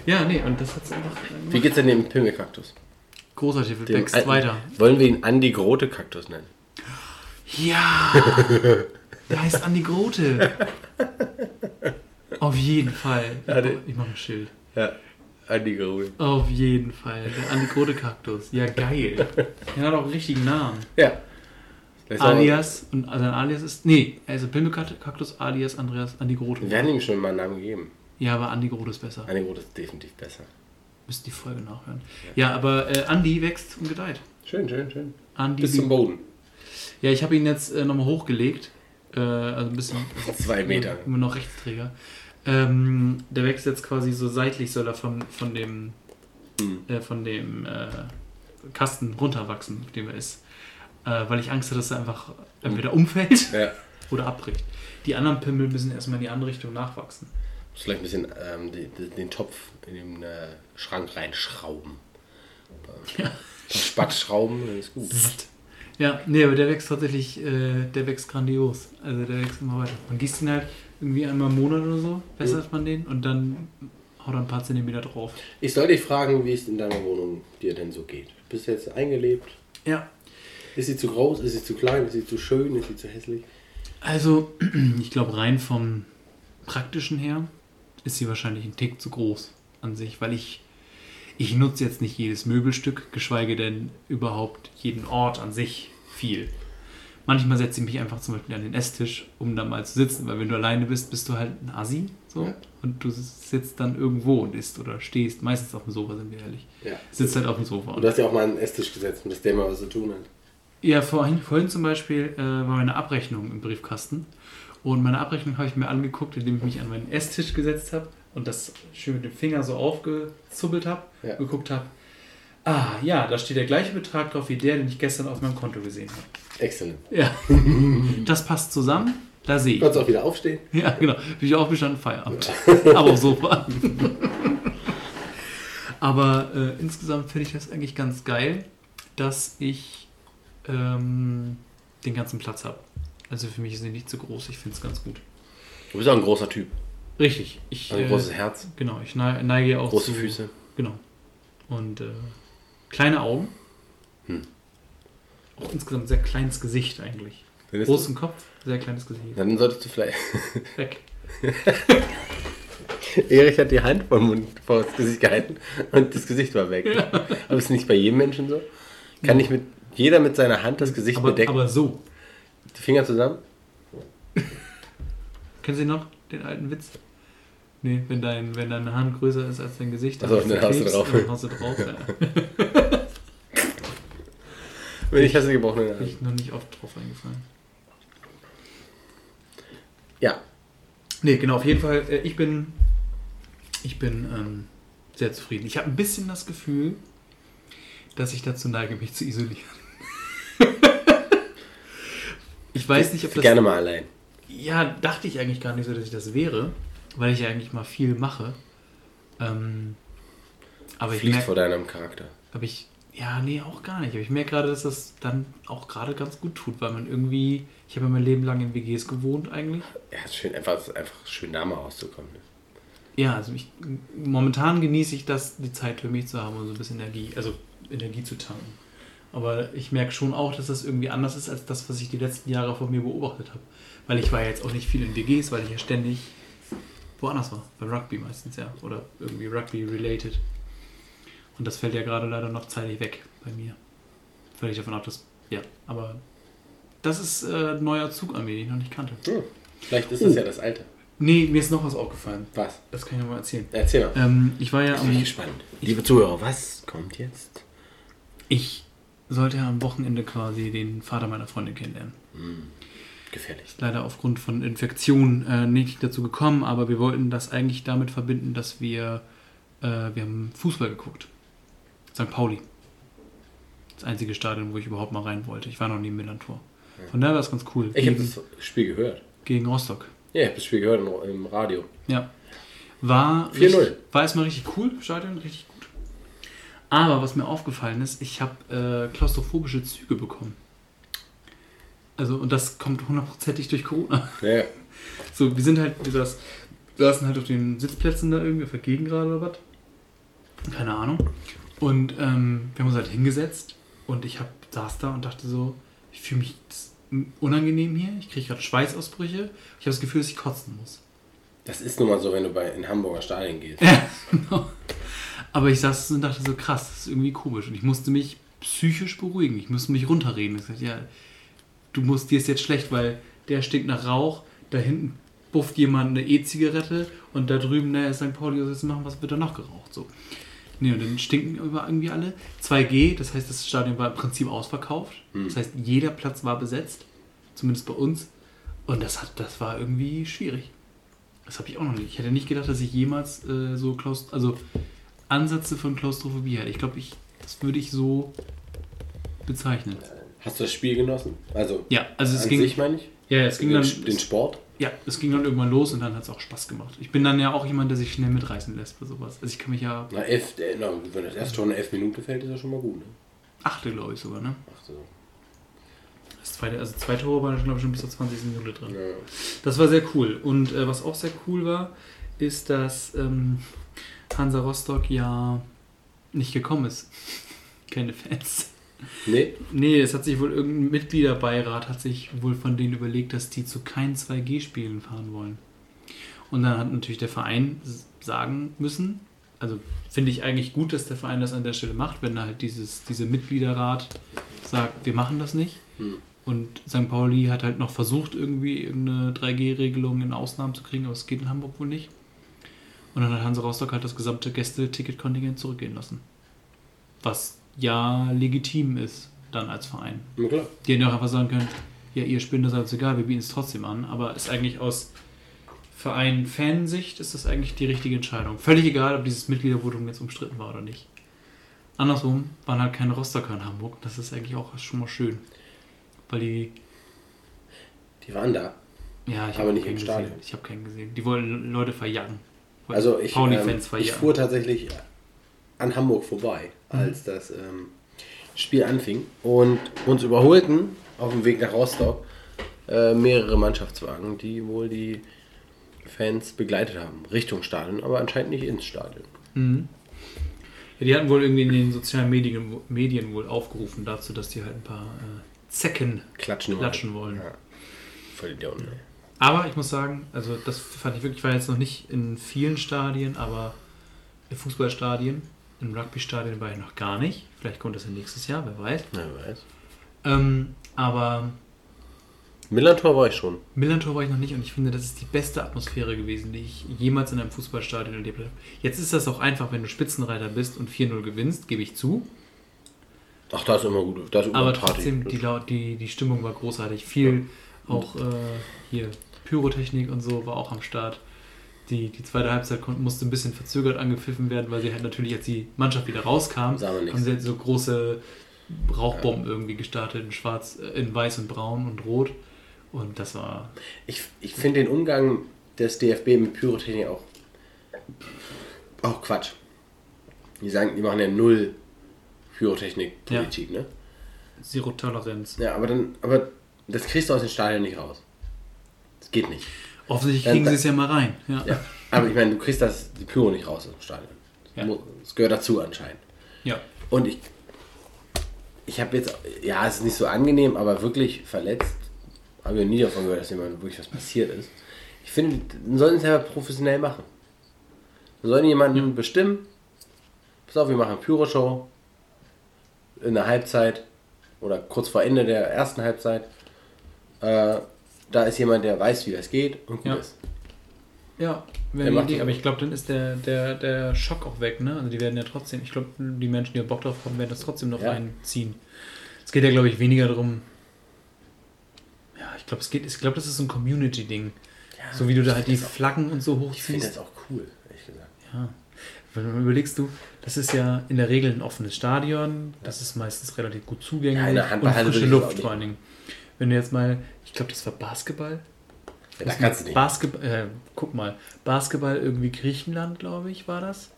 S4: Ja. nee, und das hat's einfach.
S3: Wie geht's denn dem Pimmelkaktus?
S4: Großartig, wir
S3: Dem
S4: wächst
S3: alten-
S4: weiter.
S3: Wollen wir ihn Andi Grote Kaktus nennen?
S4: Ja! Der heißt Andi Grote. Auf jeden Fall. Ich,
S3: der-
S4: mach- ich mache ein Schild.
S3: Ja, Andi Grote.
S4: Auf jeden Fall. Der Andi Grote Kaktus. Ja, geil. Der hat auch einen richtigen Namen.
S3: Ja. Das ist aber-
S4: Alias. Und sein Alias ist. Nee, er ist Pimmel-Kaktus, alias Andreas Andi
S3: Wir
S4: Grote.
S3: haben ihm schon mal einen Namen gegeben.
S4: Ja, aber Andi Grote ist besser.
S3: Andi Grote ist definitiv besser.
S4: Müsst die Folge nachhören. Ja, aber äh, Andi wächst und gedeiht.
S3: Schön, schön, schön.
S4: Andi
S3: Bis zum Boden.
S4: Ja, ich habe ihn jetzt äh, nochmal hochgelegt. Äh, also ein bisschen.
S3: Zwei Meter.
S4: Immer noch Rechtsträger. Ähm, der wächst jetzt quasi so seitlich, soll er von, von dem,
S3: Mhm.
S4: äh, von dem äh, Kasten runterwachsen, auf dem er ist. Äh, weil ich Angst hatte, dass er einfach entweder umfällt
S3: Ja.
S4: oder abbricht. Die anderen Pimmel müssen erstmal in die andere Richtung nachwachsen.
S3: Muss vielleicht ein bisschen ähm, die, die, den Topf in den äh, Schrank reinschrauben.
S4: Ja.
S3: Spatz schrauben, dann ist gut.
S4: Ja, nee, aber der wächst tatsächlich, äh, der wächst grandios. Also der wächst immer weiter. Man gießt ihn halt irgendwie einmal im Monat oder so, bessert man den und dann haut er ein paar Zentimeter drauf.
S3: Ich soll dich fragen, wie es in deiner Wohnung dir denn so geht. Bist du jetzt eingelebt?
S4: Ja.
S3: Ist sie zu groß? Ist sie zu klein? Ist sie zu schön? Ist sie zu hässlich?
S4: Also, ich glaube, rein vom Praktischen her ist sie wahrscheinlich ein Tick zu groß an sich, weil ich, ich nutze jetzt nicht jedes Möbelstück, geschweige denn überhaupt jeden Ort an sich viel. Manchmal setze ich mich einfach zum Beispiel an den Esstisch, um da mal zu sitzen, weil wenn du alleine bist, bist du halt ein Assi so,
S3: Ja.
S4: und du sitzt dann irgendwo und isst oder stehst, meistens auf dem Sofa, sind wir ehrlich.
S3: Ja.
S4: Sitzt halt auf dem Sofa.
S3: Und du hast ja auch mal einen Esstisch gesetzt, dass der mal was zu tun hat.
S4: Ja, vorhin, vorhin zum Beispiel äh, war meine Abrechnung im Briefkasten. Und meine Abrechnung habe ich mir angeguckt, indem ich mich an meinen Esstisch gesetzt habe und das schön mit dem Finger so aufgezubbelt habe,
S3: Ja.
S4: geguckt habe. Ah, ja, da steht der gleiche Betrag drauf wie der, den ich gestern auf meinem Konto gesehen habe.
S3: Exzellent.
S4: Ja, das passt zusammen. Da sehe
S3: Du kannst
S4: ich.
S3: auch wieder aufstehen.
S4: Ja, genau. Bin ich aufgestanden, Feierabend. Aber auf Sofa. Aber äh, insgesamt finde ich das eigentlich ganz geil, dass ich ähm, den ganzen Platz habe. Also für mich ist sie nicht zu groß, ich finde es ganz gut.
S3: Du bist auch ein großer Typ. Also
S4: Richtig. Ich,
S3: Ein
S4: äh,
S3: großes Herz,
S4: genau, ich neige, neige ja auch
S3: große
S4: zu,
S3: Füße.
S4: Genau. und äh, kleine Augen.
S3: Hm.
S4: Auch insgesamt sehr kleines Gesicht eigentlich.
S3: Dann ist-
S4: Großen Kopf, sehr kleines Gesicht.
S3: Dann solltest du vielleicht.
S4: Weg.
S3: Erich hat die Hand vom Mund vor das Gesicht gehalten und das Gesicht war weg. Aber ist nicht bei jedem Menschen so? Kann nicht mit jeder mit seiner Hand das Gesicht
S4: Aber,
S3: bedecken?
S4: aber so.
S3: die Finger zusammen?
S4: Kennen Sie noch den alten Witz? Nee, wenn, dein, wenn deine Hand größer ist als dein Gesicht,
S3: Ach so,
S4: hast
S3: dann haust du
S4: Krebs
S3: drauf.
S4: und Dann haust du drauf. Ja.
S3: Wenn ich hasse die gebrochene Hand.
S4: ich noch nicht oft drauf eingefallen.
S3: Ja.
S4: Nee, genau, auf jeden Fall, äh, ich bin, ich bin ähm, sehr zufrieden. Ich habe ein bisschen das Gefühl, dass ich dazu neige, mich zu isolieren. ich weiß nicht, ob das...
S3: Gerne mal allein.
S4: Ja, dachte ich eigentlich gar nicht so, dass ich das wäre, weil ich ja eigentlich mal viel mache. Ähm, aber ich
S3: Fließt
S4: merke,
S3: vor deinem Charakter.
S4: Aber ich. Ja, nee, auch gar nicht. Aber ich merke gerade, dass das dann auch gerade ganz gut tut, weil man irgendwie. Ich habe ja mein Leben lang in WGs gewohnt eigentlich.
S3: Ja, es ist schön, einfach, es ist einfach schön, da mal rauszukommen.
S4: Ja, also ich, momentan genieße ich das, die Zeit für mich zu haben und so ein bisschen Energie, also Energie zu tanken. Aber ich merke schon auch, dass das irgendwie anders ist als das, was ich die letzten Jahre von mir beobachtet habe. Weil ich war ja jetzt auch nicht viel in WGs, weil ich ja ständig woanders war. Beim Rugby meistens, ja. Oder irgendwie Rugby-related. Und das fällt ja gerade leider noch zeitig weg bei mir. Völlig davon ab, dass. Ja, aber das ist äh, ein neuer Zug an mir, den ich noch nicht kannte.
S3: Hm. Vielleicht ist das ja das Alter.
S4: Nee, mir ist noch was aufgefallen.
S3: Was?
S4: Das kann ich nochmal erzählen.
S3: Erzähl mal.
S4: Ähm, ich war ja
S3: Bin ich
S4: am.
S3: gespannt. Liebe Zuhörer, was kommt jetzt?
S4: Ich sollte ja am Wochenende quasi den Vater meiner Freundin kennenlernen.
S3: Gefährlich.
S4: Leider aufgrund von Infektion äh, nicht dazu gekommen, aber wir wollten das eigentlich damit verbinden, dass wir. Äh, wir haben Fußball geguckt. St. Pauli. Das einzige Stadion, wo ich überhaupt mal rein wollte. Ich war noch nie im Millantor. Von daher war es ganz cool.
S3: Ich habe
S4: Gegen,
S3: das Spiel gehört.
S4: gegen Rostock.
S3: Ja, ich habe das Spiel gehört im- im Radio.
S4: Ja. War,
S3: 4-0.
S4: richtig- war erstmal richtig cool, Stadion, richtig gut. Aber was mir aufgefallen ist, ich habe äh, klaustrophobische Züge bekommen. Also, und das kommt hundertprozentig durch Corona.
S3: Ja,
S4: So, wir sind halt, wir saß, saßen halt auf den Sitzplätzen da irgendwie, auf der Gegengrade oder was. Keine Ahnung. Und ähm, wir haben uns halt hingesetzt und ich hab, saß da und dachte so, ich fühle mich s- unangenehm hier, ich kriege gerade Schweißausbrüche, ich habe das Gefühl, dass ich kotzen muss.
S3: das ist nun mal so, wenn du bei, in Hamburger Stadien gehst.
S4: Genau. Aber ich saß und dachte so, krass, das ist irgendwie komisch. Und ich musste mich psychisch beruhigen. Ich musste mich runterreden. Ich sagte, ja, du musst, dir ist jetzt schlecht, weil der stinkt nach Rauch, da hinten bufft jemand eine E-Zigarette und da drüben, der ist St. Pauli, was willst du machen, was wird da noch geraucht? So. Nee, und dann stinken über irgendwie alle. 2G, das heißt, das Stadion war im Prinzip ausverkauft.
S3: Hm.
S4: Das heißt, jeder Platz war besetzt. Zumindest bei uns. Und das, hat, das war irgendwie schwierig. Das habe ich auch noch nicht. Ich hätte nicht gedacht, dass ich jemals äh, so Klaust also Ansätze von Klaustrophobie hatte. Ich glaube, ich, das würde ich so bezeichnen.
S3: Hast du das Spiel genossen? Also,
S4: Ja, also es
S3: an
S4: ging,
S3: sich meine ich?
S4: ja, ja, es ging
S3: den,
S4: dann,
S3: den Sport?
S4: ja, es ging dann irgendwann los und dann hat es auch Spaß gemacht. Ich bin dann ja auch jemand, der sich schnell mitreißen lässt bei sowas. Also ich kann mich ja
S3: Na, elf, äh, na, wenn das erste Tor in elf Minuten fällt, ist das schon mal gut. Ne?
S4: achte, glaube ich sogar, ne?
S3: Ach so.
S4: Das zweite, also zwei Tore waren glaube ich schon bis zur 20. Minute drin.
S3: Ja.
S4: Das war sehr cool. Und äh, was auch sehr cool war, ist, dass ähm, Hansa Rostock ja nicht gekommen ist. Keine Fans.
S3: Nee,
S4: Nee, es hat sich wohl irgendein Mitgliederbeirat hat sich wohl von denen überlegt, dass die zu keinen 2G-Spielen fahren wollen. Und dann hat natürlich der Verein s- sagen müssen, also finde ich eigentlich gut, dass der Verein das an der Stelle macht, wenn da halt dieses, diese Mitgliederrat sagt, wir machen das nicht. Und St. Pauli hat halt noch versucht, irgendwie irgendeine 3G-Regelung in Ausnahmen zu kriegen, aber es geht in Hamburg wohl nicht. Und dann hat Hansa Rostock halt das gesamte Gäste-Ticket-Kontingent zurückgehen lassen. Was ja legitim ist, dann als Verein.
S3: na klar.
S4: Die hätten auch einfach sagen können, ja, ihr spinnt das alles egal, wir bieten es trotzdem an. Aber ist eigentlich aus Verein-Fansicht ist das eigentlich die richtige Entscheidung. Völlig egal, ob dieses Mitgliedervotum jetzt umstritten war oder nicht. Andersrum waren halt keine Rostocker in Hamburg. Das ist eigentlich auch schon mal schön. Weil die,
S3: Die waren da.
S4: ja, ich
S3: Aber
S4: hab
S3: nicht im
S4: keinen gesehen.
S3: Stadion.
S4: Ich habe keinen gesehen. Die wollen Leute verjagen. Wollten
S3: Also ich, ähm,
S4: Pauli-Fans
S3: ich
S4: verjagen.
S3: fuhr tatsächlich an Hamburg vorbei,
S4: Mhm.
S3: als das ähm, Spiel anfing. Und uns überholten auf dem Weg nach Rostock äh, mehrere Mannschaftswagen, die wohl die Fans begleitet haben. Richtung Stadion, aber anscheinend nicht ins Stadion.
S4: Mhm. Ja, Die hatten wohl irgendwie in den sozialen Medien, Medien wohl aufgerufen dazu, dass die halt ein paar äh, Zecken
S3: Klatschen wollen.
S4: klatschen wollen.
S3: Ja. Voll Idioten. ey.
S4: Aber ich muss sagen, also das fand ich wirklich, war jetzt noch nicht in vielen Stadien, aber in Fußballstadien, im Rugby-Stadion war ich noch gar nicht. Vielleicht kommt das ja nächstes Jahr, wer weiß.
S3: Wer weiß.
S4: Ähm, aber
S3: Millantor war ich schon.
S4: Millantor war ich noch nicht und ich finde, das ist die beste Atmosphäre gewesen, die ich jemals in einem Fußballstadion erlebt habe. Jetzt ist das auch einfach, wenn du Spitzenreiter bist und 4-0 gewinnst, gebe ich zu.
S3: Ach, da ist immer gut. Da ist immer
S4: Aber
S3: Party.
S4: trotzdem, die, Lau- die, die Stimmung war großartig. Viel auch äh, hier Pyrotechnik und so war auch am Start. Die, die zweite Halbzeit kon- musste ein bisschen verzögert angepfiffen werden, weil sie halt natürlich, als die Mannschaft wieder rauskam,
S3: Sah man nichts.
S4: haben sie halt so große Rauchbomben irgendwie gestartet in schwarz, äh, in weiß und braun und rot. Und das war
S3: Ich, ich finde den Umgang des DFB mit Pyrotechnik auch, auch Quatsch. Die sagen, die machen ja null Pyrotechnik-Politik, ne?
S4: Zero-Toleranz.
S3: Ja, aber dann, aber das kriegst du aus den Stadien nicht raus. Das geht nicht.
S4: Offensichtlich
S3: Dann-
S4: kriegen sie es ja mal rein. Ja.
S3: Ja. Aber ich meine, du kriegst das, die Pyro nicht raus aus dem Stadion. Das,
S4: Ja.
S3: mu- das gehört dazu anscheinend.
S4: ja.
S3: Und ich, ich habe jetzt, ja, es ist nicht so angenehm, aber wirklich verletzt habe ich noch nie davon gehört, dass jemand wirklich was passiert ist. Ich finde, man soll es ja professionell machen. Man soll jemanden bestimmen. Pass auf, wir machen eine Pyroshow in der Halbzeit oder kurz vor Ende der ersten Halbzeit. Äh, da ist jemand, der weiß, wie das geht und gut
S4: Ja.
S3: ist.
S4: Ja,
S3: Der
S4: wäre
S3: macht
S4: eine Idee,
S3: das
S4: aber
S3: auch.
S4: ich glaube, dann ist der, der, der Schock auch weg, ne? Also die werden ja trotzdem, ich glaube, die Menschen, die da Bock drauf haben, werden das trotzdem noch
S3: Ja.
S4: reinziehen. Es geht ja, glaube ich, weniger darum. Ja, ich glaube, es geht, ich glaube, das ist so ein Community-Ding. so wie du da halt die Flaggen und so
S3: Ich finde
S4: hochziehst.
S3: das auch cool, ehrlich gesagt.
S4: Wenn du überlegst du, das ist ja in der Regel ein offenes Stadion, das ist meistens relativ gut zugänglich
S3: Ja, in der
S4: und
S3: Handballhalle
S4: frische
S3: würde ich das auch
S4: Luft
S3: nicht.
S4: vor allen Dingen. Wenn du jetzt mal, ich glaube, das war Basketball,
S3: Ja, da kannst du nicht.
S4: Basketball, äh, guck mal, Basketball irgendwie Griechenland, glaube ich, war das.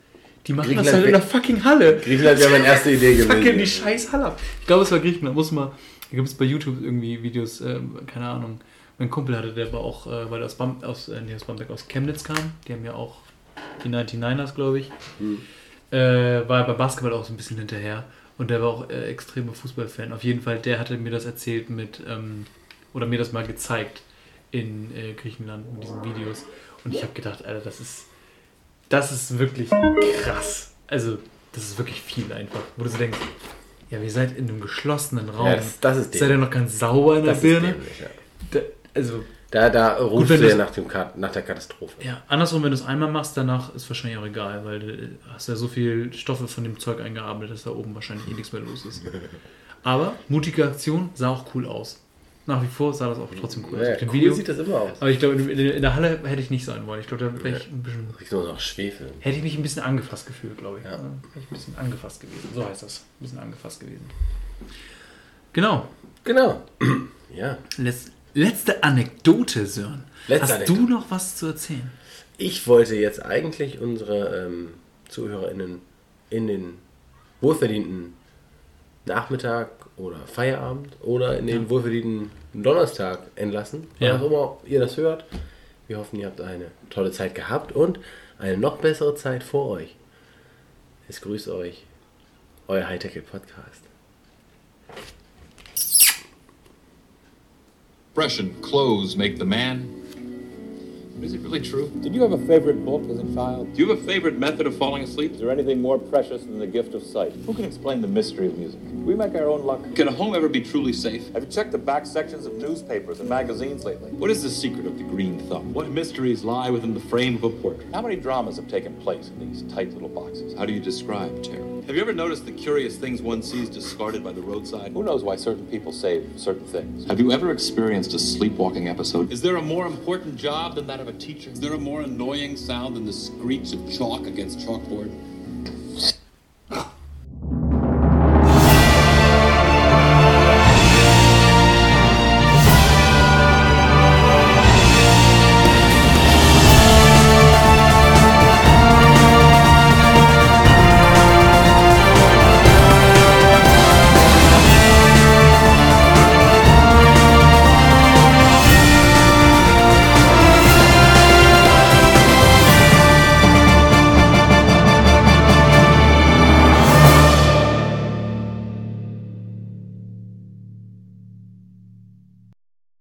S4: Die machen das
S3: Griechenland
S4: halt in
S3: wär-
S4: der fucking Halle.
S3: Griechenland wäre meine erste Idee gewesen.
S4: Fucking die scheiß Halle ab. Ich glaube, es war Griechenland. Muss mal, da gibt es bei YouTube irgendwie Videos, ähm, keine Ahnung. Mein Kumpel hatte, der war auch, äh, weil er aus, Bam, aus, äh, nee, aus Bamberg, aus Chemnitz kam. Die haben ja auch die 99ers, glaube ich. Äh, war bei Basketball auch so ein bisschen hinterher. Und der war auch äh, extremer Fußballfan. Auf jeden Fall, der hatte mir das erzählt mit, ähm, oder mir das mal gezeigt in äh, Griechenland in diesen Videos. Und ich habe gedacht, Alter, das ist, das ist wirklich krass. Also, das ist wirklich viel einfach. Wo du so denkst, ja, ihr seid in einem geschlossenen Raum.
S3: Ja, das- das ist
S4: seid ihr noch ganz sauber in der
S3: Das ist
S4: Birne?
S3: dämlich, ja.
S4: Da, also,
S3: Da, da rufst
S4: ne? wenn
S3: du ja
S4: das-
S3: nach, dem Kat nach der Katastrophe.
S4: ja, andersrum, wenn du es einmal machst, danach ist wahrscheinlich auch egal, weil du hast ja so viel Stoffe von dem Zeug eingearbeitet, dass da oben wahrscheinlich eh nichts mehr los ist. Aber mutige Aktion sah auch cool aus. Nach wie vor sah das auch trotzdem cool aus.
S3: Ja,
S4: Auf dem
S3: cool
S4: Video.
S3: sieht das immer aus.
S4: Aber ich glaube, in, in, in der Halle hätte ich nicht sein wollen. Ich glaube, da wäre ich ein bisschen,
S3: Kriegst du nur noch Schwefel.
S4: hätte ich mich ein bisschen angefasst gefühlt, glaube ich.
S3: Ja.
S4: Ja. Wäre ich ein bisschen angefasst gewesen. So heißt das. Ein bisschen angefasst gewesen. Genau.
S3: Genau. ja.
S4: Letz, letzte Anekdote, Sören.
S3: Letzte
S4: Hast du
S3: Anekdote.
S4: noch was zu erzählen?
S3: Ich wollte jetzt eigentlich unsere ähm, ZuhörerInnen in den wohlverdienten Nachmittag oder Feierabend oder in den wohlverdienten Donnerstag entlassen. Wann
S4: Ja.
S3: auch immer ihr das hört. Wir hoffen, ihr habt eine tolle Zeit gehabt und eine noch bessere Zeit vor euch. Es grüßt euch, euer Hightech Podcast.
S6: Fresh and clothes make the man. Is it really true?
S2: Did you have a favorite book as a child?
S1: Do you have a favorite method of falling asleep?
S2: Is there anything more precious than the gift of sight? Who can explain the mystery of music? We make our own luck.
S1: Can a home ever be truly safe?
S2: Have you checked the back sections of newspapers and magazines lately?
S1: What is the secret of the green thumb? What mysteries lie within the frame of a portrait?
S2: How many dramas have taken place in these tight little boxes?
S1: How do you describe terror? Have you ever noticed the curious things one sees discarded by the roadside?
S2: Who knows why certain people save certain things?
S1: Have you ever experienced a sleepwalking episode? Is there a more important job than that of a teacher? Is there a more annoying sound than the screech of chalk against chalkboard?